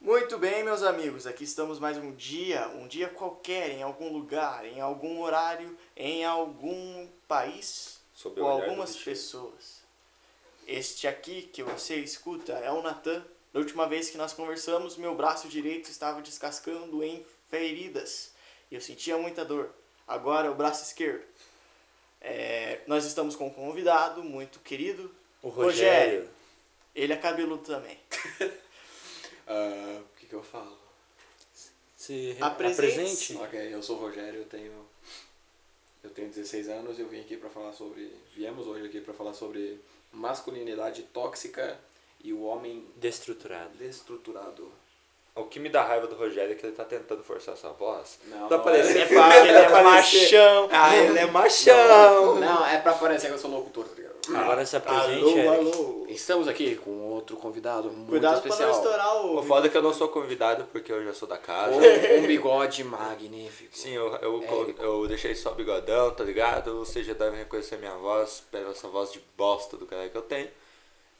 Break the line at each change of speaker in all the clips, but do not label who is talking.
Muito bem, meus amigos, aqui estamos mais um dia, um dia qualquer, em algum lugar, em algum horário, em algum país,
Sob o
com
olhar do
algumas
bichinho.
pessoas. Este aqui que você escuta é o Natan. Da última vez que nós conversamos, meu braço direito estava descascando em feridas e eu sentia muita dor. Agora, o braço esquerdo. É, nós estamos com um convidado muito querido,
O
Rogério. Ele é cabeludo também.
Ah, o que, que eu falo?
Se re-
Apresente-se.
apresente.
Ok, eu sou o Rogério, eu tenho. Eu tenho 16 anos e eu vim aqui pra falar sobre. Viemos hoje aqui pra falar sobre masculinidade tóxica e o homem
Destruturado.
destruturado.
O que me dá raiva do Rogério é que ele tá tentando forçar sua voz.
Não,
Tá
não,
parecendo- tá
Ele é baixo, ele é machão.
Ah, ele é
Não, não, é pra parecer que eu sou locutor, tá ligado?
Agora se apresente,
Alô,
é
Eric.
alô.
Estamos aqui com outro convidado muito
Cuidado pra não
especial.
estourar o.
O foda é que eu não sou convidado porque eu já sou da casa.
um, um bigode magnífico.
Sim, eu, eu, colo- eu deixei só bigodão, tá ligado? Vocês já devem reconhecer minha voz pela essa voz de bosta do cara que eu tenho.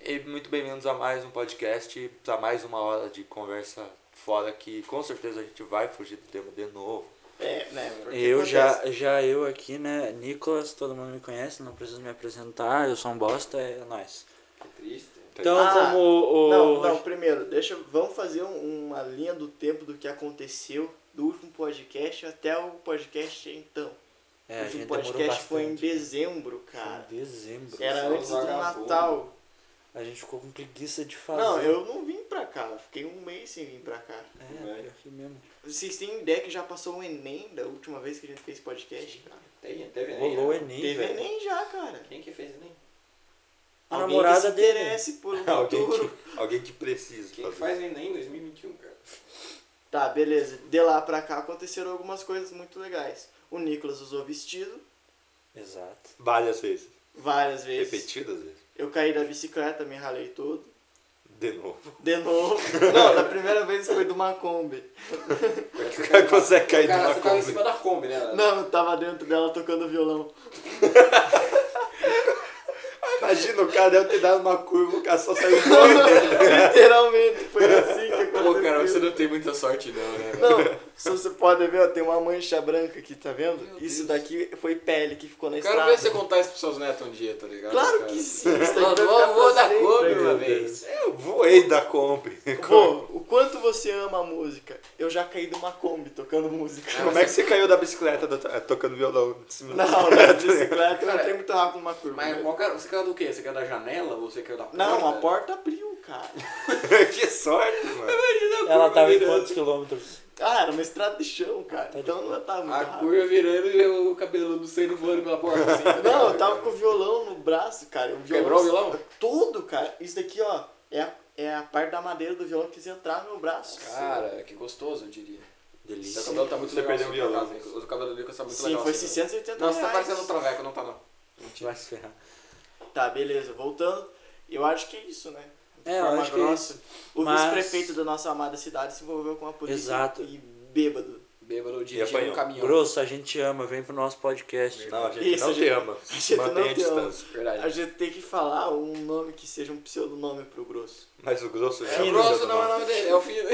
E muito bem-vindos a mais um podcast, a mais uma hora de conversa fora que com certeza a gente vai fugir do tema de novo.
É, né? porque
Eu
acontece.
já, já eu aqui, né? Nicolas, todo mundo me conhece, não preciso me apresentar, eu sou um bosta, é nóis.
Que triste.
Tá
Então,
Ah,
como o.
Não, não, primeiro, deixa. Vamos fazer um- uma linha do tempo do que aconteceu do último podcast até o podcast então. o
É, a
último
gente
podcast foi em
dezembro.
dezembro, cara.
um dezembro.
Era
Só
antes do
vagabundo.
Natal.
A gente ficou com preguiça de fazer.
Não, eu não vim pra cá. eu Fiquei um mês sem vir pra cá.
É, pior que mesmo.
Vocês têm ideia que já passou o Enem da última vez que a gente fez podcast, cara?
Tem, teve Enem,
Rolou o
né?
Enem,
Teve
velho.
Enem já, cara.
Quem que fez Enem?
A
Alguém
namorada
que se
dele.
interesse por um
alguém,
futuro.
que, alguém que precisa.
Quem que
fazer.
faz Enem em 2021, cara?
Tá, beleza. De lá pra cá aconteceram algumas coisas muito legais. O Nicolas usou vestido
Exato.
Várias vezes.
várias vezes.
Repetidas vezes.
Eu caí da bicicleta, me ralei todo.
De novo.
De novo. Não, da primeira vez foi de uma Kombi.
O cara consegue cair
Cara,
numa
você tava em
Kombi.
cima da Kombi, né?
Não, eu tava dentro dela tocando violão.
Imagina, o cara deve ter dado uma curva, o cara só saiu voando.
Literalmente, foi assim que aconteceu.
Pô, cara, você não tem muita sorte não, né?
Não, se você pode ver, ó, tem uma mancha branca aqui, tá vendo?
Meu
Isso
Deus.
daqui foi pele que ficou na
Eu
estrada.
quero ver você contar isso pros seus netos um dia, tá ligado?
Claro
cara?
que sim. Isso daqui vai
Nós
ficar
vamos vou
pra
dar
sempre,
Kombi
cara.
uma vez.
Eu voei da Kombi.
Pô, o quanto você ama a música? Eu já caí de uma Kombi tocando música.
Como é que você caiu da bicicleta do- eh, tocando violão em cima da
Não, na
bicicleta?
bicicleta não
tá Cara,
tem muito rápido uma curva.
Mas
né?
qual cara? Você caiu do quê? Você caiu da janela ou você caiu da porta?
Não, a porta abriu, cara.
que sorte, mano.
Ela tava em quantos quilômetros?
Ah, era uma estrada de chão, cara.
Tá
Então
de
não tava muito
Ah, A
rápido.
curva virando e o cabelo do seno voando pela porta. Assim, tá
Não,
ligado,
eu tava
cara?
com o violão no braço, cara. O violão,
Quebrou o violão?
Tudo, cara. Isso daqui, ó, é a, é a parte da madeira do violão que quis entrar no meu braço.
Cara, que gostoso, eu diria.
Delícia.
Seu cabelo tá muito
Você
legal.
perdeu
assim,
o violão.
por acaso. O cabelo do Lucas tá muito
Sim,
legal.
foi
assim.
680
Não, você tá
reais.
parecendo um traveco, não tá não.
Vai se ferrar.
Tá, beleza. Voltando, eu acho que é isso, né? De
É, eu
forma
acho que é
grossa. O
Mas-
vice-prefeito da nossa amada cidade se envolveu com a polícia
Exato.
e bêbado.
Bêbado
E
de
apanhou.
um caminhão.
Grosso, a gente ama, vem pro nosso podcast.
Não, a gente
Isso,
não
a gente-
te ama.
a gente não
Mantenha a
te ama.
distância.
A
Verdade.
gente tem que falar um nome que seja um pseudonome pro grosso.
Mas o grosso já
É, o
grosso
grosso não é o nome dele, é o filho.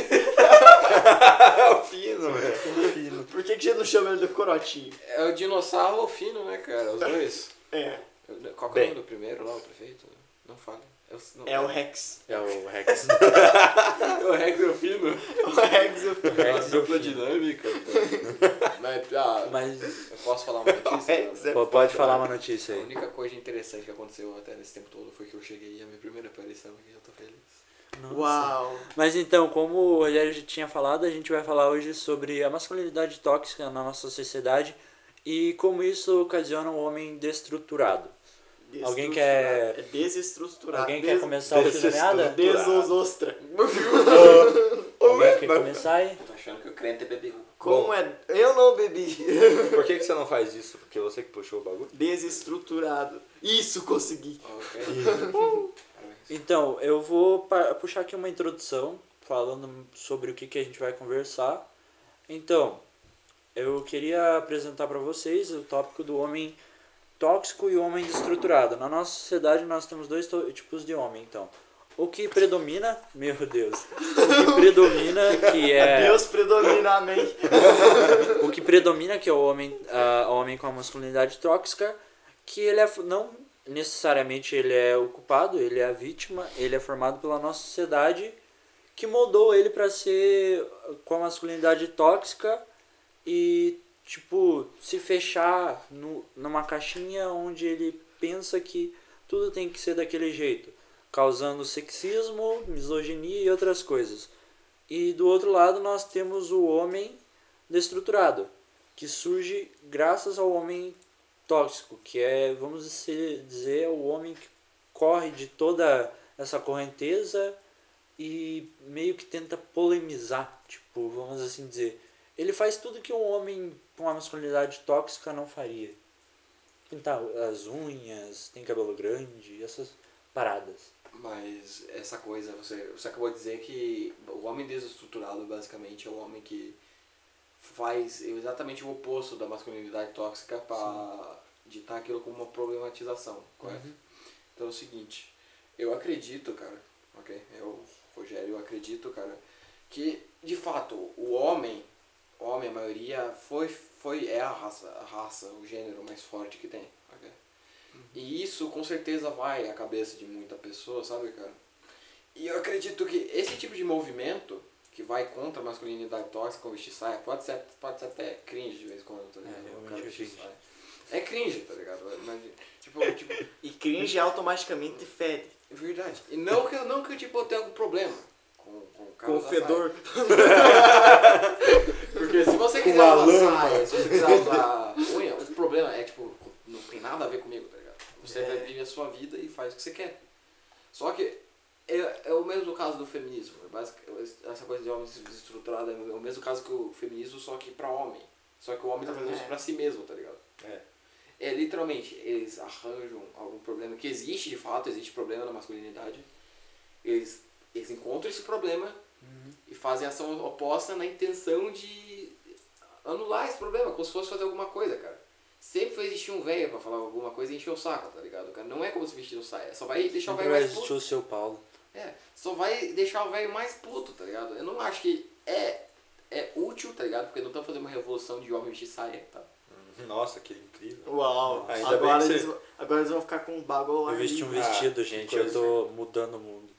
É o fino, velho.
Por que, que a gente não chama ele do Corotinho?
É o dinossauro ou o fino, né, cara? Os dois.
É,
Eu- Qual que é o
Bem.
nome do primeiro lá, o prefeito? Não fala. É o, não-
é o Rex.
É o Rex.
é o Rex e o fino.
É o Rex. eu-
Rex
e o Fino.
dinâmica. Mas, ah,
Mas
eu posso falar uma notícia?
Rex é
cara?
pô,
né?
pode falar uma notícia
A
aí.
única coisa interessante que aconteceu até nesse tempo todo foi que eu cheguei e a minha primeira aparição aqui, eu tô feliz.
Nossa.
Uau.
Mas então, como o Rogério já tinha falado, a gente vai falar hoje sobre a masculinidade tóxica na nossa sociedade e como isso ocasiona um homem destruturado. Alguém quer-
É desestruturado.
Alguém
Des-
quer começar o fio da meada?
Desosostra.
Alguém quer começar aí?
Eu tô achando que o crente é bebê.
Como
Bom.
é. Eu não bebi.
Por que, que você não faz isso? Porque você que puxou o bagulho?
Desestruturado. Isso, consegui.
Ok. Parabéns.
Então, eu vou pa- puxar aqui uma introdução falando sobre o que, que a gente vai conversar. Então, eu queria apresentar para vocês o tópico do homem tóxico e o homem destruturado. Na nossa sociedade, nós temos dois to- tipos de homem, então. O que predomina, meu Deus, o que predomina que é
Deus predomina, amém.
o que predomina que é o homem, ah, o homem com a masculinidade tóxica, que ele é f- não necessariamente ele é o culpado, ele é a vítima, ele é formado pela nossa sociedade que moldou ele para ser com a masculinidade tóxica e tipo se fechar no, numa caixinha onde ele pensa que tudo tem que ser daquele jeito, causando sexismo, misoginia e outras coisas. E do outro lado nós temos o homem destruturado, que surge graças ao homem tóxico, que é, vamos se- dizer, o homem que corre de toda essa correnteza e meio que tenta polemizar, tipo, vamos assim dizer. Ele faz tudo que um homem com uma masculinidade tóxica não faria. Pintar as unhas, tem cabelo grande, essas paradas.
Mas essa coisa, você, você acabou de dizer que o homem desestruturado basicamente é o homem que faz exatamente o oposto da masculinidade tóxica para ditar aquilo como uma problematização, correto? Então é o seguinte, eu acredito, cara, ok? Eu, Rogério, eu acredito, cara, que de fato o homem, o homem, a maioria, foi, foi, é a raça, a raça, o gênero mais forte que tem, ok?
Uhum.
E isso com certeza vai à cabeça de muita pessoa, sabe, cara? E eu acredito que esse tipo de movimento que vai contra a masculinidade tóxica ou vestir saia, pode ser, pode ser até cringe de vez em quando, tá ligado?
É,
O
realmente é
vestir
cringe.
saia. É cringe, tá ligado? Mas, tipo, tipo,
E cringe automaticamente fede.
é Verdade. E não que, eu- não que tipo, eu tenha algum problema com, com o cara
Com o
da
fedor.
saia. Porque se você
Com
quiser
a
usar
lama.
saia, se você quiser usar unha, o problema é, tipo, não tem nada a ver comigo, tá ligado? Você
É.
vive a sua vida e faz o que você quer. Só que é, é o mesmo caso do feminismo. é basic- Essa coisa de homem desestruturado é o mesmo caso que o feminismo, só que pra homem. Só que o homem tá fazendo isso pra si mesmo, tá ligado?
É.
É, literalmente, eles arranjam algum problema que existe de fato, existe problema na masculinidade. Eles, eles encontram esse problema e fazem ação oposta na intenção de anular esse problema, como se fosse fazer alguma coisa, cara. Sempre vai existir um velho pra falar alguma coisa e encher o saco, tá ligado? Cara? Não é como se vestir um saia, só vai deixar o velho
Sempre vai
mais puto.
existir o seu Paulo.
É, só vai deixar o velho mais puto, tá ligado? Eu não acho que é, é útil, tá ligado? Porque não estão fazendo uma revolução de homem vestir saia, tá?
Nossa, que incrível.
Uau.
Ah, Ainda
agora,
bem que
eles,
você-
vão- agora eles vão ficar com um bagulho lá.
Eu vesti um
Ah,
vestido,
que
gente,
coisa.
eu tô mudando o mundo.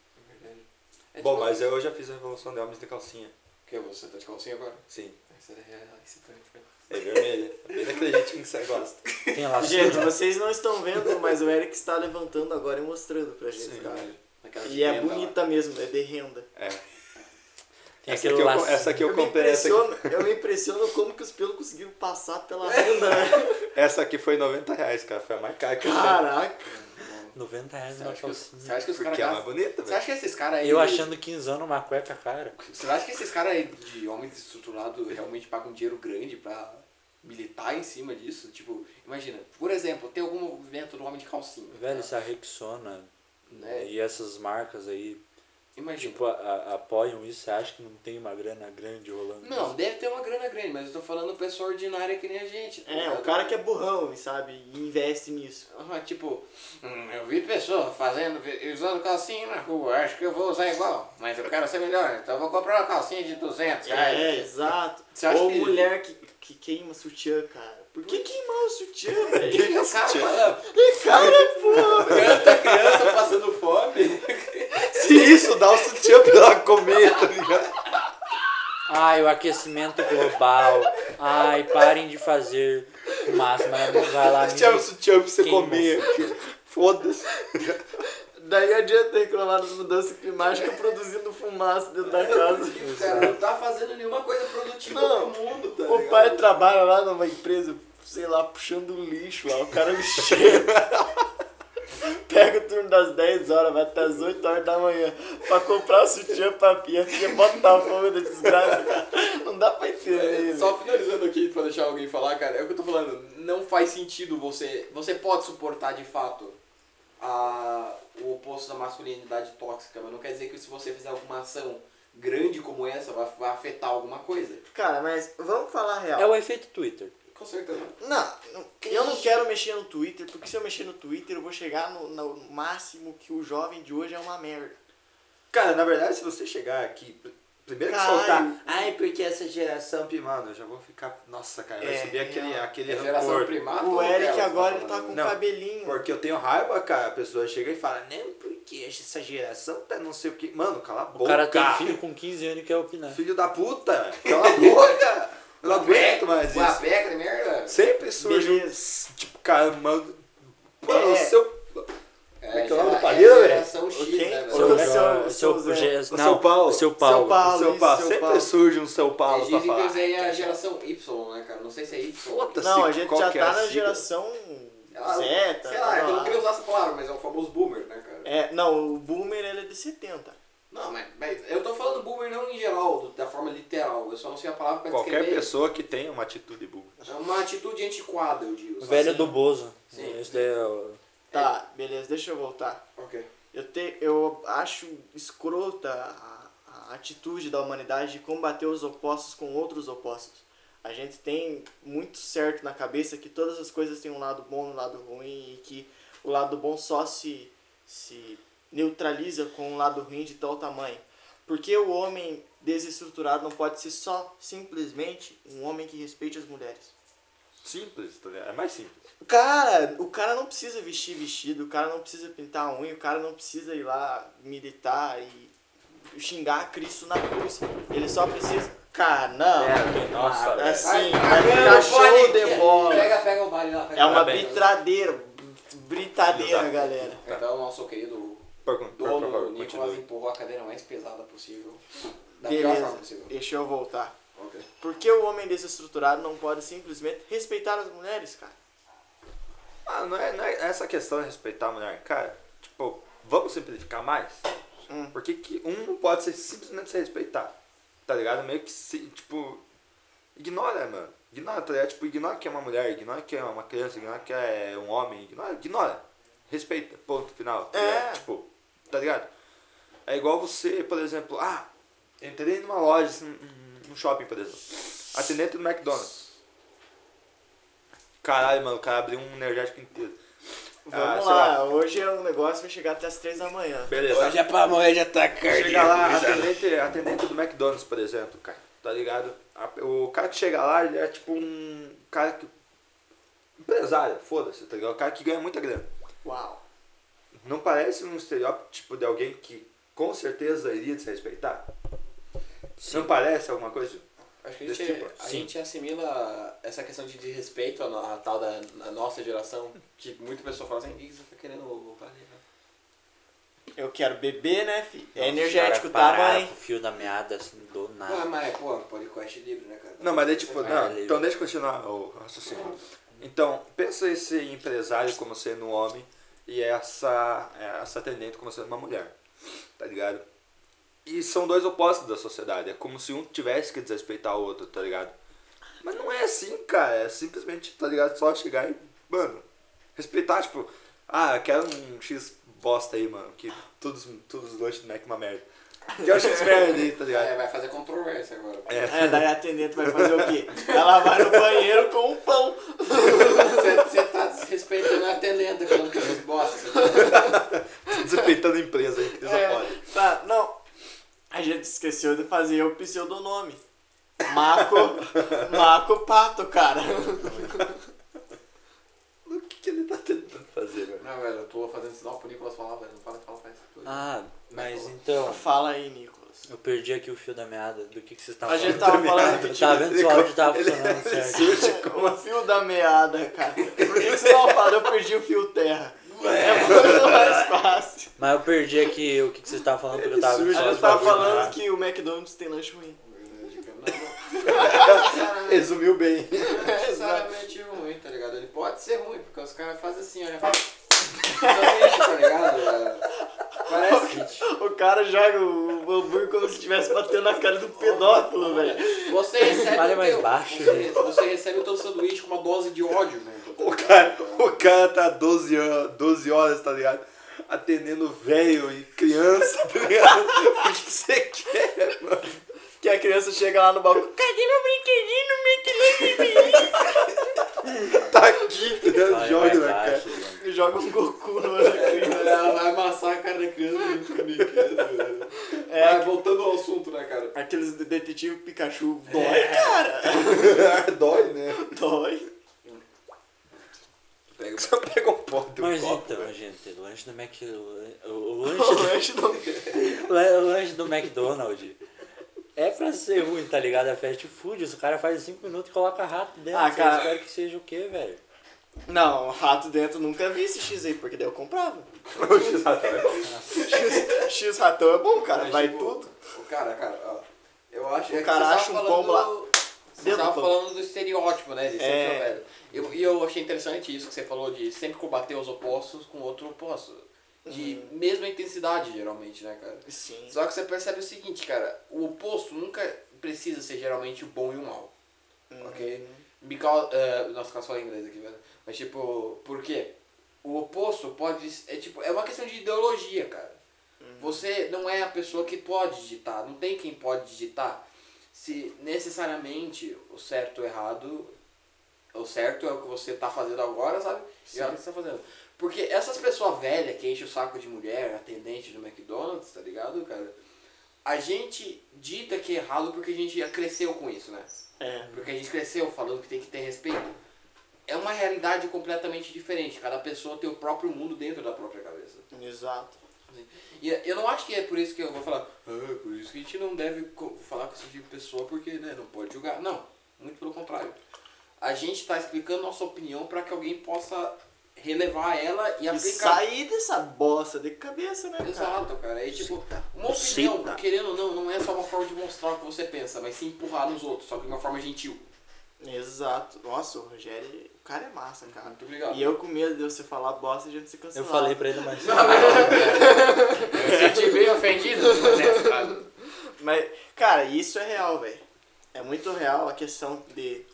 É
Bom,
tipo-
mas eu já fiz a revolução de homens de calcinha.
Que você tá de calcinha agora?
Sim.
Essa é excitante, velho.
É vermelha. Bem daquele jeitinho que você gosta.
Tem lá
Gente, vocês não estão vendo, mas o Eric está levantando agora e mostrando pra gente,
Sim.
cara.
Naquela
E é
renda lá.
bonita mesmo, é de renda.
É.
Tem
essa, aqui
aquele
eu, co-
lacinho.
essa aqui eu,
me
comprei. Essa aqui,
impressiono, eu me impressiono como que os pelos conseguiram passar pela renda. né?
essa aqui foi 90 reais, cara. Foi a mais cara que eu tenho.
Caraca.
90 reais
tá Você
na
acha que os- você
é calcinha.
acha que os caras
Porque é mais
gastam...
bonita,
Você
velho.
acha que esses caras aí...
é
Eu achando 15 anos uma cueca cara.
Você acha que esses caras aí de homem desestruturado realmente pagam um dinheiro grande pra militar em cima disso? Tipo, imagina, por exemplo, tem algum movimento do homem de calcinha.
Velho,
tá?
se a Rexona
É.
Né?
e essas marcas aí,
Imagina.
tipo, a- a- apoiam isso, você acha que não tem uma grana grande rolando?
Não, deve ter uma grana grande, mas eu tô falando pessoa ordinária que nem a gente. tá
É, o
ligado?
cara que é burrão, sabe? E investe nisso.
Aham, tipo, "Hum, eu vi pessoa fazendo, vi- usando calcinha na rua, acho que eu vou usar igual, mas eu quero ser melhor, então eu vou comprar uma calcinha de 200 reais.
É, exato.
Você acha
Ou
que-
mulher que, que queima sutiã, cara. Por que queimar o sutiã, velho?
Cara,
Cara,
tanta criança passando fome.
Se isso dá o sutiã pra ela comer, tá ligado?
Ai, o aquecimento global. Ai, parem de fazer fumaça, mas não vai lá.
Tinha o
me-
sutiã pra você
Queima.
comer. Foda-se.
daí adianta reclamar das mudanças climáticas produzindo fumaça dentro da casa.
O cara não tá fazendo nenhuma coisa produtiva
Não,
pro mundo, tá
O
ligado?
pai trabalha lá numa empresa, sei lá, puxando um lixo lá. O cara me chega. Pega o turno das 10 horas, vai até as 8 horas da manhã pra comprar o sutiã pra pia. A pia bota a fome da desgraça, cara. Não dá pra
É
entender. velho.
Só finalizando aqui pra deixar alguém falar, cara, é o que eu tô falando. Não faz sentido você. Você pode suportar de fato a, o oposto da masculinidade tóxica, mas não quer dizer que se você fizer alguma ação grande como essa, vai, vai afetar alguma coisa.
Cara, mas vamos falar a real.
É o efeito Twitter.
Com certeza.
Não, não, eu não quero mexer no Twitter, porque se eu mexer no Twitter eu vou chegar no, no máximo que o jovem de hoje é uma merda.
Cara, na verdade, se você chegar aqui, pr- primeiro que
Caralho.
soltar, ai, porque essa geração, pi-", mano, eu já vou ficar, nossa, cara, vai
É,
subir aquele,
é.
aquele
É geração
rancor.
primata
O
ou
Eric
dela,
agora ele
é, falando?
tá com
Não.
cabelinho.
Porque eu tenho raiva, cara, a pessoa chega e fala, não, porque essa geração tá não sei o que. Mano, cala a boca.
O cara tem filho com 15 anos e quer opinar.
Filho da puta, cala a boca. Eu não
Uma
aguento
beca-
mais
Uma
isso.
beca de merda?
Sempre surge um,
Beleza.
tipo, cara, mano, mano,
É.
seu,
É,
que é o nome do
é
Palheiro, velho?
geração X,
Ok.
né, velho?
Seu-
Seu,
seu-
seu,
seu Zé.
Gé-
O
não,
São Paulo.
o Seu Paulo.
São Paulo,
seu pau,
isso, São
sempre
Paulo.
surge um São Paulo
Eles
pra
dizem que
falar.
é a geração Y, né, cara? Não sei se é Y.
Foda-se
Não, a gente
qual
já
que é
tá
a
na
sigla.
geração
Ah,
Z,
Sei lá,
tá
eu não
lá.
queria usar essa palavra, mas é o famoso boomer, né, cara?
É, não, o Boomer ele é de 70.
Não, mas, mas eu tô falando boomer não em geral, do- da forma literal. Eu só não sei a palavra pra
Qualquer
descrever.
pessoa que tenha uma atitude burra.
É uma atitude antiquada, eu digo.
O
só
Velho
assim.
do Bozo.
Sim.
Esse daí é o-
Tá, beleza, deixa eu voltar.
Ok.
Eu, te, eu acho escrota a, a atitude da humanidade de combater os opostos com outros opostos. A gente tem muito certo na cabeça que todas as coisas têm um lado bom e um lado ruim e que o lado bom só se, se neutraliza com um lado ruim de tal tamanho. Porque o homem desestruturado não pode ser só simplesmente um homem que respeite as mulheres.
Simples, tá ligado? É mais simples.
Cara, o cara não precisa vestir vestido, o cara não precisa pintar a unha, o cara não precisa ir lá militar e xingar Cristo na cruz. Ele só precisa. Cara, não.
nossa,
É assim, vai
Vai,
ficar
vai,
show de
vai,
bola.
Pega, pega o vale lá. Pega
É
o
uma
vale.
bitradeira. Britadeira,
Exato.
galera.
Então, nosso querido
Por, Tá. por, por
dono,
favor,
Nicolas,
continue.
empurrou a cadeira mais pesada possível. Da pior forma
Beleza,
possível.
deixa eu voltar.
Ok.
Por que o homem desestruturado não pode simplesmente respeitar as mulheres, cara?
Ah, não é, não é essa questão de respeitar a mulher. Cara, tipo, vamos simplificar mais?
Hum.
Por que que um não pode ser, simplesmente se respeitar? Tá ligado? Meio que, se, tipo, ignora, mano. Ignora, tá ligado? Tipo, ignora que é uma mulher, ignora que é uma criança, ignora que é um homem, ignora, ignora. Respeita, ponto final. Tá
É.
ligado? Tipo, tá ligado? É igual você, por exemplo, ah, entrei numa loja, assim, num shopping, por exemplo. Atendente do McDonald's. Caralho, mano, o cara abriu um energético inteiro. Ah,
Vamos
sei
lá, hoje é um negócio, vai chegar até as três da manhã.
Beleza.
é pra morrer de
tá
ataque
Chega lá, atendente, atendente do McDonald's, por exemplo, cara, tá ligado? A- O cara que chega lá, ele é tipo um cara que. Empresário, foda-se, tá ligado? O cara que ganha muita grana.
Uau.
Não parece um estereótipo tipo, de alguém que com certeza iria desrespeitar? Não parece alguma coisa?
Acho que a
Desse
gente,
tipo?
a
Sim.
gente assimila essa questão de desrespeito à no- à tal da à nossa geração, que muita pessoa fala assim, Ih, você tá querendo voltar ali, né?"
Eu quero beber, né, fi? É energético, tá, mãe?
O fio da meada, assim, do
Ah,
nada.
mas, pô, podcast livre, né, cara?
Não, mas daí tipo,
Você
Ah,
não,
ele-
então deixa eu continuar o raciocínio. Então, pensa esse empresário como sendo um homem e essa, essa atendente como sendo uma mulher, tá ligado? E são dois opostos da sociedade, é como se um tivesse que desrespeitar o outro, tá ligado? Mas não é assim, cara, é simplesmente, tá ligado, só chegar e, mano, respeitar, tipo, ah, eu quero um X bosta aí, mano, que todos, todos os lanches do Mac é uma merda. Quero um X merda aí, tá ligado?
É, vai fazer controvérsia agora.
É, daí a atendente vai fazer o quê? Ela vai no banheiro com um pão.
Você você tá desrespeitando a telenda falando que eu fiz bosta.
Desrespeitando a empresa aí, que Deus
É,
apoie.
tá, não. A gente esqueceu de fazer o pseudonome. Marco, Marco Pato, cara.
O que, que ele tá tentando fazer, velho?
Não, velho, eu tô fazendo sinal pro Nicolas falar, velho. Não fala que fala faz tudo.
Ah, mas então,
Fala aí, Nicolas.
eu perdi aqui o fio da meada. Do que, que vocês estavam
A gente
falando?
tava falando
Eu
que
tava vendo se o áudio tava funcionando certo.
tinha o fio da meada, cara. Por que que você não fala? Eu perdi o fio terra. É muito mais fácil.
Mas eu perdi aqui o que, que vocês estavam falando, porque eu tava vendo
A
se o
gente
áudio
tava
tava
falando que o McDonald's tem lanche ruim.
Verdade, cara. Não,
Resumiu bem.
não é necessariamente ruim, tá ligado? Ele pode ser ruim, porque os caras fazem assim, olha. faz- Sanduíche, tá ligado? Parece.
O cara joga o hambúrguer como se estivesse batendo na cara do pedófilo, velho.
Você recebe.
Fale
o
mais
teu-
baixo,
você, você recebe o teu sanduíche com uma dose de ódio junto. tá
O
ligado?
cara, o cara tá 12, an- 12 horas, tá ligado? Atendendo velho e criança, tá ligado? O que que você quer, mano?
Que a criança chega lá no balcão. Cadê meu brinquedinho no McDonald's?
Tá aqui, tá ligado?
Fala
Joga
mais
na cara.
baixo, gente.
joga um Goku no Anacrim.
Ela vai amassar a cara da criança junto com o brinquedo. velho.
É,
né? Vai, voltando ao assunto, né, cara?
Aqueles detetive Pikachu dói, cara.
Dói, né?
Dói.
Pega, só pega um pó do
Mas
copo,
então,
velho.
gente, o lanche do Mac... O, o
O
lanche,
lanche não
do, o lanche do McDonald's é pra ser ruim, tá ligado? É fast food, os caras fazem 5 minutos e colocam rato dentro.
Ah,
Eu
cara.
espero que seja o quê, velho?
Não, um rato dentro nunca vi esse X aí, porque daí eu comprava.
O X-Rato é bom.
X, X ratão é bom, cara,
Mas,
vai
tipo,
tudo.
O cara, cara, ó. Eu acho
O
é que
cara
você tava
acha um pão
falando-
lá.
Você
Dentro
tava
do pão.
falando do estereótipo, né? De sempre,
É.
velho. Eu- E eu, achei interessante isso que você falou de sempre combater os opostos com outro oposto. De
Uhum.
mesma intensidade, geralmente, né, cara?
Sim.
Só que você percebe o seguinte, cara, o oposto nunca precisa ser geralmente o bom e o mal. Ok? Because, eh, nossa, quase falei inglês aqui, velho. Mas tipo, por quê? O oposto pode. É tipo, é uma questão de ideologia, cara. Você não é a pessoa que pode digitar, não tem quem pode digitar. Se necessariamente o certo ou errado. O certo é o que você tá fazendo agora, sabe? E olha o que você tá fazendo. Porque essas pessoas velhas que enchem o saco de mulher, atendente do McDonald's, tá ligado, cara? A gente dita que é errado porque a gente já cresceu com isso, né?
É.
Porque a gente cresceu falando que tem que ter respeito. É uma realidade completamente diferente. Cada pessoa tem o próprio mundo dentro da própria cabeça.
Exato.
E eu não acho que é por isso que eu vou falar, ah, por isso que a gente não deve co- falar com esse tipo de pessoa porque né, não pode julgar. Não, muito pelo contrário. A gente está explicando nossa opinião para que alguém possa relevar ela e
E
aplicar.
sair dessa bosta de cabeça, né, cara?
Exato, cara. E tipo, uma
Cita.
opinião, querendo ou não, não é só uma forma de mostrar o que você pensa, mas sim empurrar nos outros, só que de uma forma gentil.
Exato. Nossa, o Rogério, o cara é massa, cara.
Muito obrigado.
E eu com medo de você falar bosta e a gente se
Eu
cancelar.
falei pra ele mais
Eu me senti é bem ofendido, mas é, cara.
Mas, cara, isso é real, velho. É muito real a questão de.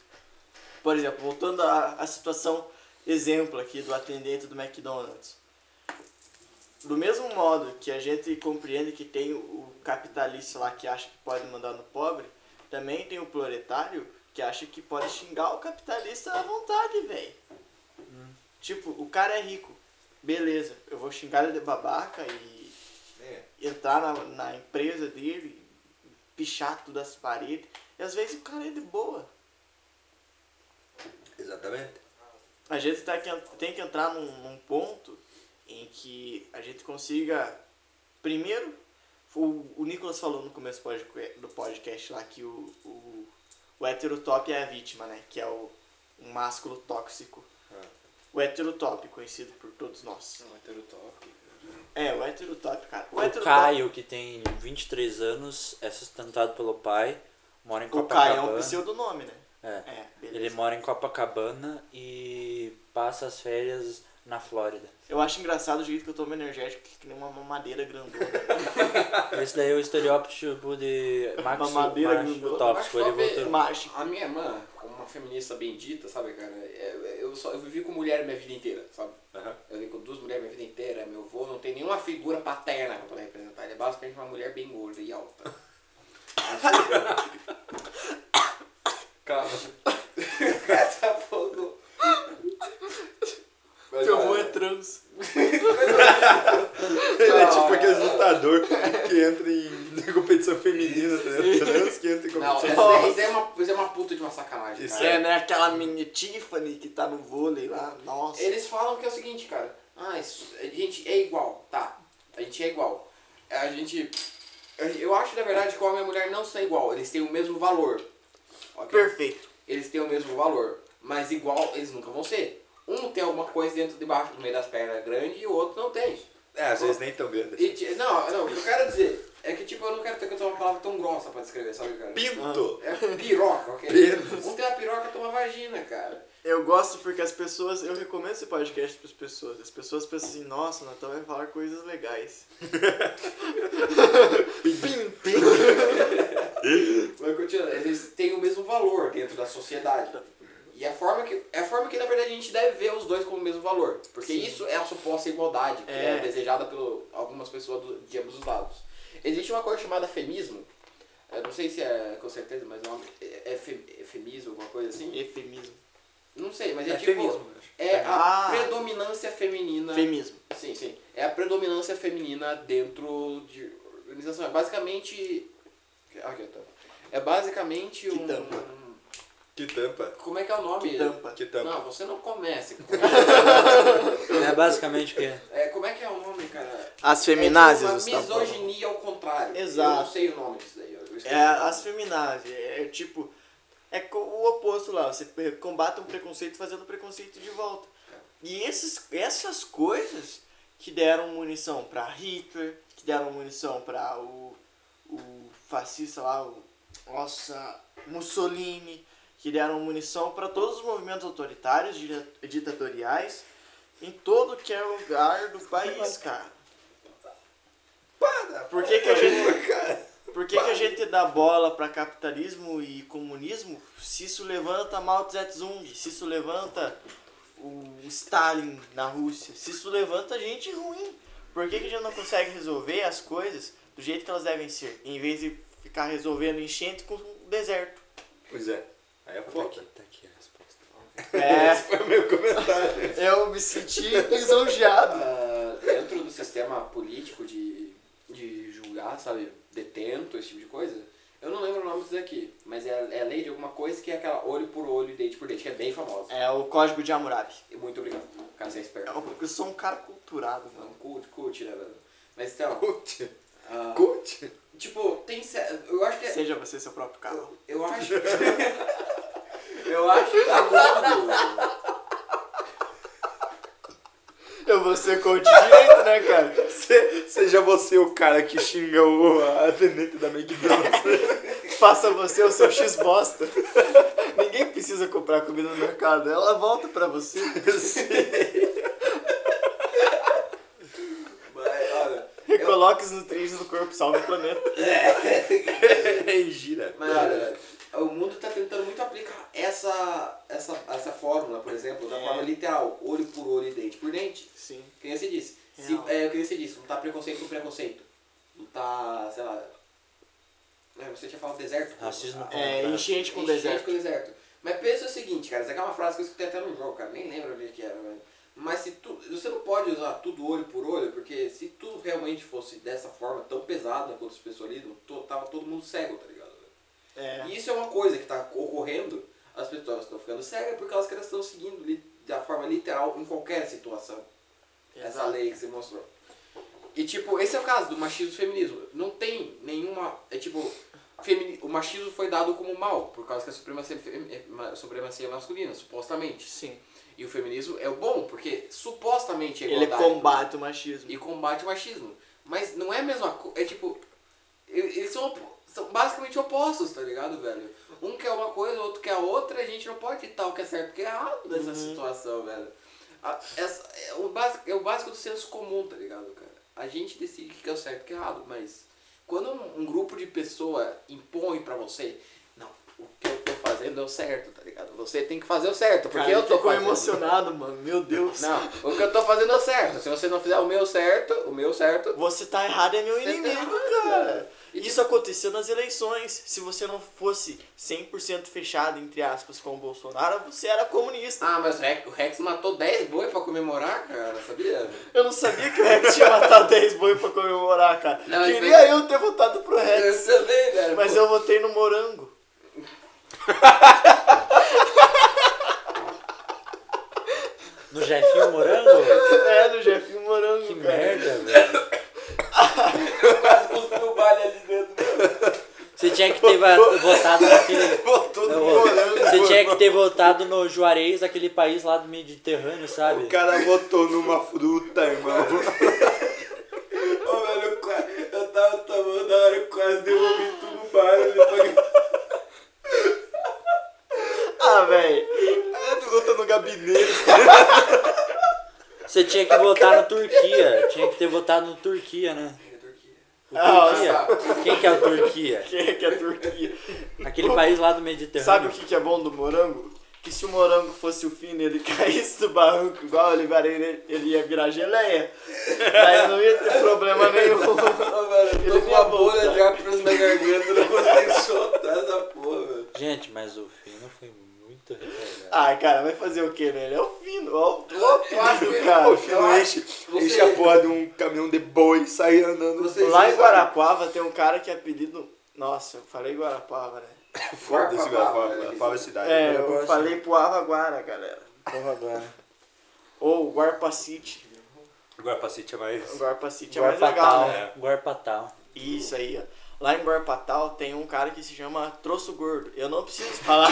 Por exemplo, voltando à, à situação, exemplo aqui do atendente do McDonald's. Do mesmo modo que a gente compreende que tem o capitalista lá que acha que pode mandar no pobre, também tem o proletário que acha que pode xingar o capitalista à vontade, velho. Tipo, o cara é rico. Beleza, eu vou xingar ele de babaca e entrar na, na empresa dele, pichar tudo as paredes. E às vezes o cara é de boa.
Exatamente.
A gente tá que, tem que entrar num, num ponto em que a gente consiga. Primeiro, o, o Nicolas falou no começo do podca- do podcast lá que o, o, o heterotop é a vítima, né? Que é o, um másculo tóxico. O heterotop, conhecido por todos nós.
Hum. um
É, o heterotop, cara.
O Caio, que tem 23 anos, é sustentado pelo pai, mora em
o
Copacabana.
Caio é um pseudonome, né?
É.
É, beleza.
Ele mora em Copacabana e passa as férias na Flórida.
Eu acho engraçado o jeito que eu tomo energético, que, que nem uma mamadeira grandona.
Esse daí é o estereótipo de Max
Mamadeira
Macho
grandona.
Tóxico. Ele
Macho Tóxico.
voltou.
Mágico.
A minha irmã, como uma feminista bendita, sabe, cara? é- Eu, só, eu vivi com mulher minha vida inteira, sabe?
Aham.
Eu vivi com duas mulheres minha vida inteira. Meu avô não tem nenhuma figura paterna pra representar. Ele é basicamente uma mulher bem gorda e alta.
Calma.
Essa porra do-
Mas,
Teu
olha,
avô é trans.
Ele é tipo aquele lutador que entra em competição feminina, tá ligado? Trans que entra em
Não,
competição.
essa daí- isso é uma, isso é uma puta de uma sacanagem,
Isso
cara.
É, né? Aquela mini Tiffany que tá no vôlei lá. Nossa.
Eles falam que é o seguinte, cara. Ah, isso- a gente é igual, tá? A gente é igual. A gente. Eu acho, na verdade, que o homem e a mulher não são igual. Eles têm o mesmo valor. ok?
Perfeito.
Eles têm o mesmo valor. Mas igual eles nunca vão ser. Um tem alguma coisa dentro de baixo, no meio das pernas grande e o outro não tem.
É, às vezes nem tão grande.
E
assim.
ti- não, não, o que eu quero dizer é que tipo, eu não quero ter que usar uma palavra tão grossa pra descrever, sabe, cara?
Pinto!
É piroca, ok?
Pênis.
Um tem uma piroca, tem uma vagina, cara.
Eu gosto porque as pessoas. Eu recomendo esse podcast pras pessoas. As pessoas pensam assim: nossa, o Natal vai falar coisas legais.
Ah.
Mas continuando, eles têm o mesmo valor dentro da sociedade. E a forma que, é a forma que, na verdade, a gente deve ver os dois como o mesmo valor. Porque isso é a suposta igualdade que é,
É.
desejada por algumas pessoas do- de ambos os lados. Existe uma coisa chamada femismo. Eu não sei se é com certeza, mas é, um- é, é fe- efemismo, é alguma coisa assim.
Efemismo.
Não sei, mas é,
É
tipo.
feminismo, eu acho.
É a
Ah.
predominância feminina.
Feminismo.
Sim, sim. É a predominância feminina dentro de organização. É basicamente. Aqui, tá. É basicamente um.
tampa.
Que tampa.
Como é que é o nome?
Que tampa.
Que tampa.
Não, você não comece.
É basicamente o que é.
É, como é que é o nome, cara?
As
é
feminazes,
tipo uma misoginia ao contrário.
Exato.
Eu não sei o nome disso daí. eu esqueci.
É as feminazes. É tipo. É co- o oposto lá. Você pre- combate um preconceito fazendo preconceito de volta. E esses, essas coisas que deram munição pra Hitler, que deram munição pra o, o fascista lá, o, nossa, Mussolini, que deram munição pra todos os movimentos autoritários, dira- ditatoriais, em todo que é lugar do país, cara. Por que, que a gente. Por que, que a gente dá bola pra capitalismo e comunismo se isso levanta Mao Tse-tung, se isso levanta o Stalin na Rússia, se isso levanta gente ruim? Por que, que a gente não consegue resolver as coisas do jeito que elas devem ser, em vez de ficar resolvendo enchente com o deserto?
Pois é. Aí é foda.
tá aqui a resposta.
É,
Foi meu comentário.
eu me senti lisonjeado.
Ah, dentro do sistema político de, de julgar, sabe, detento, esse tipo de coisa. Eu não lembro o nome disso daqui, mas é, é a lei de alguma coisa que é aquela olho por olho e dente por dente, que é bem famosa.
É o código de Hammurabi.
Muito obrigado, cara, você é esperto.
Eu eu sou um cara culturado, mano.
Não, curte, curte, né, velho? Mas então,
Coach.
ah,
Coach?
tipo, tem. ce- Eu acho que é.
Seja você seu próprio carro.
Eu acho. eu acho que tá mundo.
Eu vou ser coach direito, né, cara?
Se- Seja você o cara que xinga o atendente da McDonald's.
Faça você o seu X bosta. Ninguém precisa comprar comida no mercado, ela volta pra você.
Mas, olha.
Coloque os nutrientes do corpo, salve o planeta.
Gira.
Mas olha, o mundo está tentando muito aplicar essa, essa, essa fórmula, por exemplo,
É.
da forma literal, olho por olho e dente por dente.
Sim.
Que nem você disse. Se,
Real.
é, que nem você disse, lutar preconceito por preconceito. Lutar, sei lá. é, Você tinha falado deserto.
Racismo
Ah,
É, enchente com
Enchente
deserto.
com deserto. Mas pensa o seguinte, cara, isso aqui é uma frase que eu escutei até no jogo, cara, nem lembro onde é que era, mas, mas se tu, você não pode usar tudo olho por olho, porque se tu realmente fosse dessa forma tão pesada quanto as pessoas lidam, tu- tava todo mundo cego, tá ligado?
É.
E isso é uma coisa que tá ocorrendo, as pessoas estão ficando cegas porque elas estão seguindo li- da forma literal em qualquer situação essa lei que você mostrou. E tipo, esse é o caso do machismo e feminismo. Não tem nenhuma. É tipo, femini- o machismo foi dado como mal, por causa que a supremacia, fem- é ma- supremacia masculina, supostamente.
Sim.
E o feminismo é o bom, porque supostamente é
Ele
igualdade.
combate o machismo.
E combate o machismo. Mas não é a mesma coisa. É tipo. e- Eles são, opo- são basicamente opostos, tá ligado, velho? Um quer uma coisa, o outro quer a outra, a gente não pode ditar o que é certo e o que é errado
Uhum.
nessa situação, velho. A- essa- é, o básico, é o básico do senso comum, tá ligado, cara? A gente decide o que é o certo e o que é errado, mas quando um, um grupo de pessoa impõe pra você, não, o que eu tô fazendo é o certo, tá ligado? Você tem que fazer o certo, porque
Cara,
eu tô
fico
fazendo.
emocionado, mano. Meu Deus.
Não, o que eu tô fazendo é o certo. Se você não fizer o meu certo, o meu certo,
Você tá errado é meu
Você tá
inimigo,
errado,
cara. tipo-
cara.
Isso aconteceu nas eleições. Se você não fosse 100% fechado, entre aspas, com o Bolsonaro, você era comunista.
Ah, mas o Rex, o Rex matou 10 boi pra comemorar, cara, sabia?
Eu não sabia que o Rex tinha matado 10 boi pra comemorar, cara.
Não, mas
Queria
foi-
eu ter votado pro Rex.
Eu também, velho.
É, Mas
pô.
eu votei no morango.
No Jefinho Morango?
É, no Jefinho morango,
Que
cara.
merda, velho.
quase cuspi o um baile ali dentro.
Você tinha que ter va- votado naquele.
Voltou
Não,
no morango.
Você tinha que ter votado no Juarez, aquele país lá do Mediterrâneo, sabe?
O cara botou numa fruta, irmão.
Ô, velho, eu, quase- eu tava tomando, na hora eu quase devolvi tudo no baile. Depois...
Ah, velho.
Fruta no gabinete.
Você tinha que votar no Turquia. Tinha que ter votado no Turquia, né? O Turquia? Quem que é o Turquia?
Que, que Ah, é a Turquia.
Aquele país lá do Mediterrâneo.
Sabe o que, que é bom do morango? Que se o morango fosse o fino e ele caísse do barranco igual ele, vira- ele, ele ia virar geleia. Daí não ia ter problema nenhum.
Ô, velho, eu
Ele
tô com
ia
uma bolha
voltar.
de ar preso na garganta, eu não consigo soltar essa porra, velho.
Gente, mas o Fino foi muito retardado.
Ai, Ah, cara, vai fazer o quê, né? Ele é o fino, ó, o
Eu acho
apelido,
que- é
cara.
Pô, o filho enche,
Você-
enche a porra de um caminhão de boi e sai andando.
Você- vocês
Lá em
sabem.
Guarapuava tem um cara que é apelido. Nossa, eu falei Guarapuava, né?
Foda-se,
Guarapuava,
Guarapuava. Guarapuava é cidade.
É,
eu
eu
gosto.
falei Puava Guara, galera.
Porra, agora.
Ou Guarpacite.
Guarapacite é mais...
Guarpacite é mais legal,
Guarpatal.
né?
Guarpatal.
Isso aí, ó. Lá em Guarpatal tem um cara que se chama Troço Gordo. Eu não preciso falar.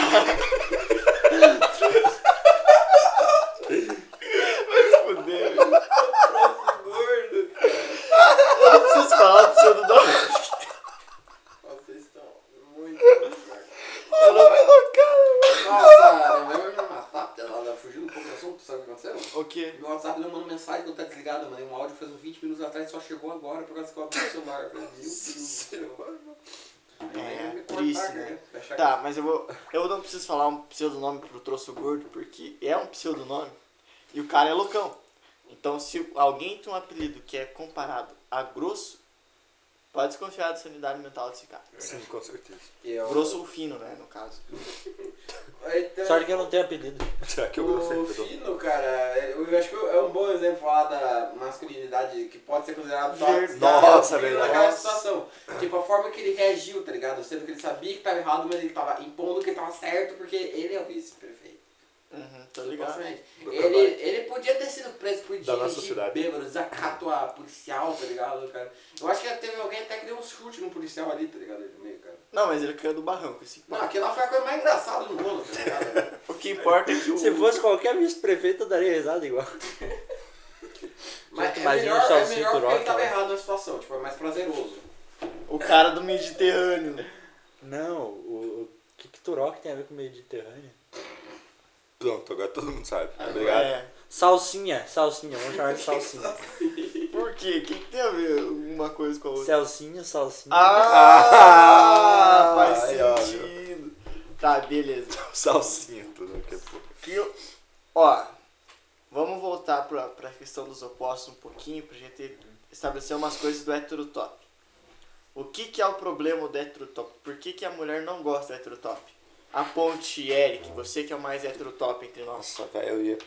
gordo.
Eu não preciso falar do seu nome.
Vocês estão muito. Nossa, minha mãe vai me matar, porque ela ela fugiu um pouco do assunto, sabe o que aconteceu?
O quê?
Meu WhatsApp não manda mensagem quando tá desligado, eu mandei um áudio faz uns 20 minutos atrás, só chegou agora por causa que eu abri o celular. Eu falei, Meu Deus do céu. Minha mãe vai me cortar,
triste, né?
cara. Vai achar
Tá, mas eu vou. Eu não preciso falar um pseudonome pro troço gordo, porque é um pseudonome e o cara é loucão. Então, se alguém tem um apelido que é comparado a grosso, pode desconfiar da sanidade mental desse cara.
Sim, com certeza.
que é eu-
Grosso ou fino, né, no caso.
Então,
Sorte que eu não tenho apelido.
Será que eu
O
gostei? Pedro?
fino, cara, eu acho que é um bom exemplo falar da masculinidade que pode ser considerado tóxica.
Nossa,
O fino
verdade.
Naquela
Nossa.
situação. Tipo, a forma que ele reagiu, tá ligado? Sendo que ele sabia que tava errado, mas ele tava impondo que ele tava certo, porque ele é o vice-prefeito.
Uhum, tô ligado.
Basicamente.
Tá Do
Ele,
trabalho.
ele podia ter sido preso por
Da nossa
dirigir
cidade.
bêbado, desacato a policial, tá ligado, cara? Eu acho que teve alguém até que deu um chute no policial ali, tá ligado? No meio, cara.
Não, mas ele caiu do barranco, assim.
Mano, aquilo lá foi a coisa mais engraçada do mundo, tá ligado?
O que importa é que o.
Se fosse qualquer vice-prefeito, eu daria risada igual.
Mas é
imagina
melhor,
o
é
Salsinho
melhor porque ele
Turoca,
tava
né?
errado na situação, tipo, é mais prazeroso.
O cara do Mediterrâneo, né?
Não, o, o que que Turok tem a ver com Mediterrâneo?
Pronto, agora todo mundo sabe. Obrigado.
É.
Salsinha, salsinha, vamos chamar de salsinha.
Por quê? O que, que tem a ver uma coisa com a outra?
Celcinho, salsinha.
Ah!
Ah,
faz
aí, ó, viu?
sentido. Tá, beleza.
Salsinha, tudo aqui, pô.
Que, ó, vamos voltar pra, pra questão dos opostos um pouquinho, pra gente estabelecer umas coisas do heterotop. O que que é o problema do heterotop? Por que que a mulher não gosta do heterotop? Aponte, Eric, você que é o mais heterotop entre nós.
Nossa, velho, eu ia...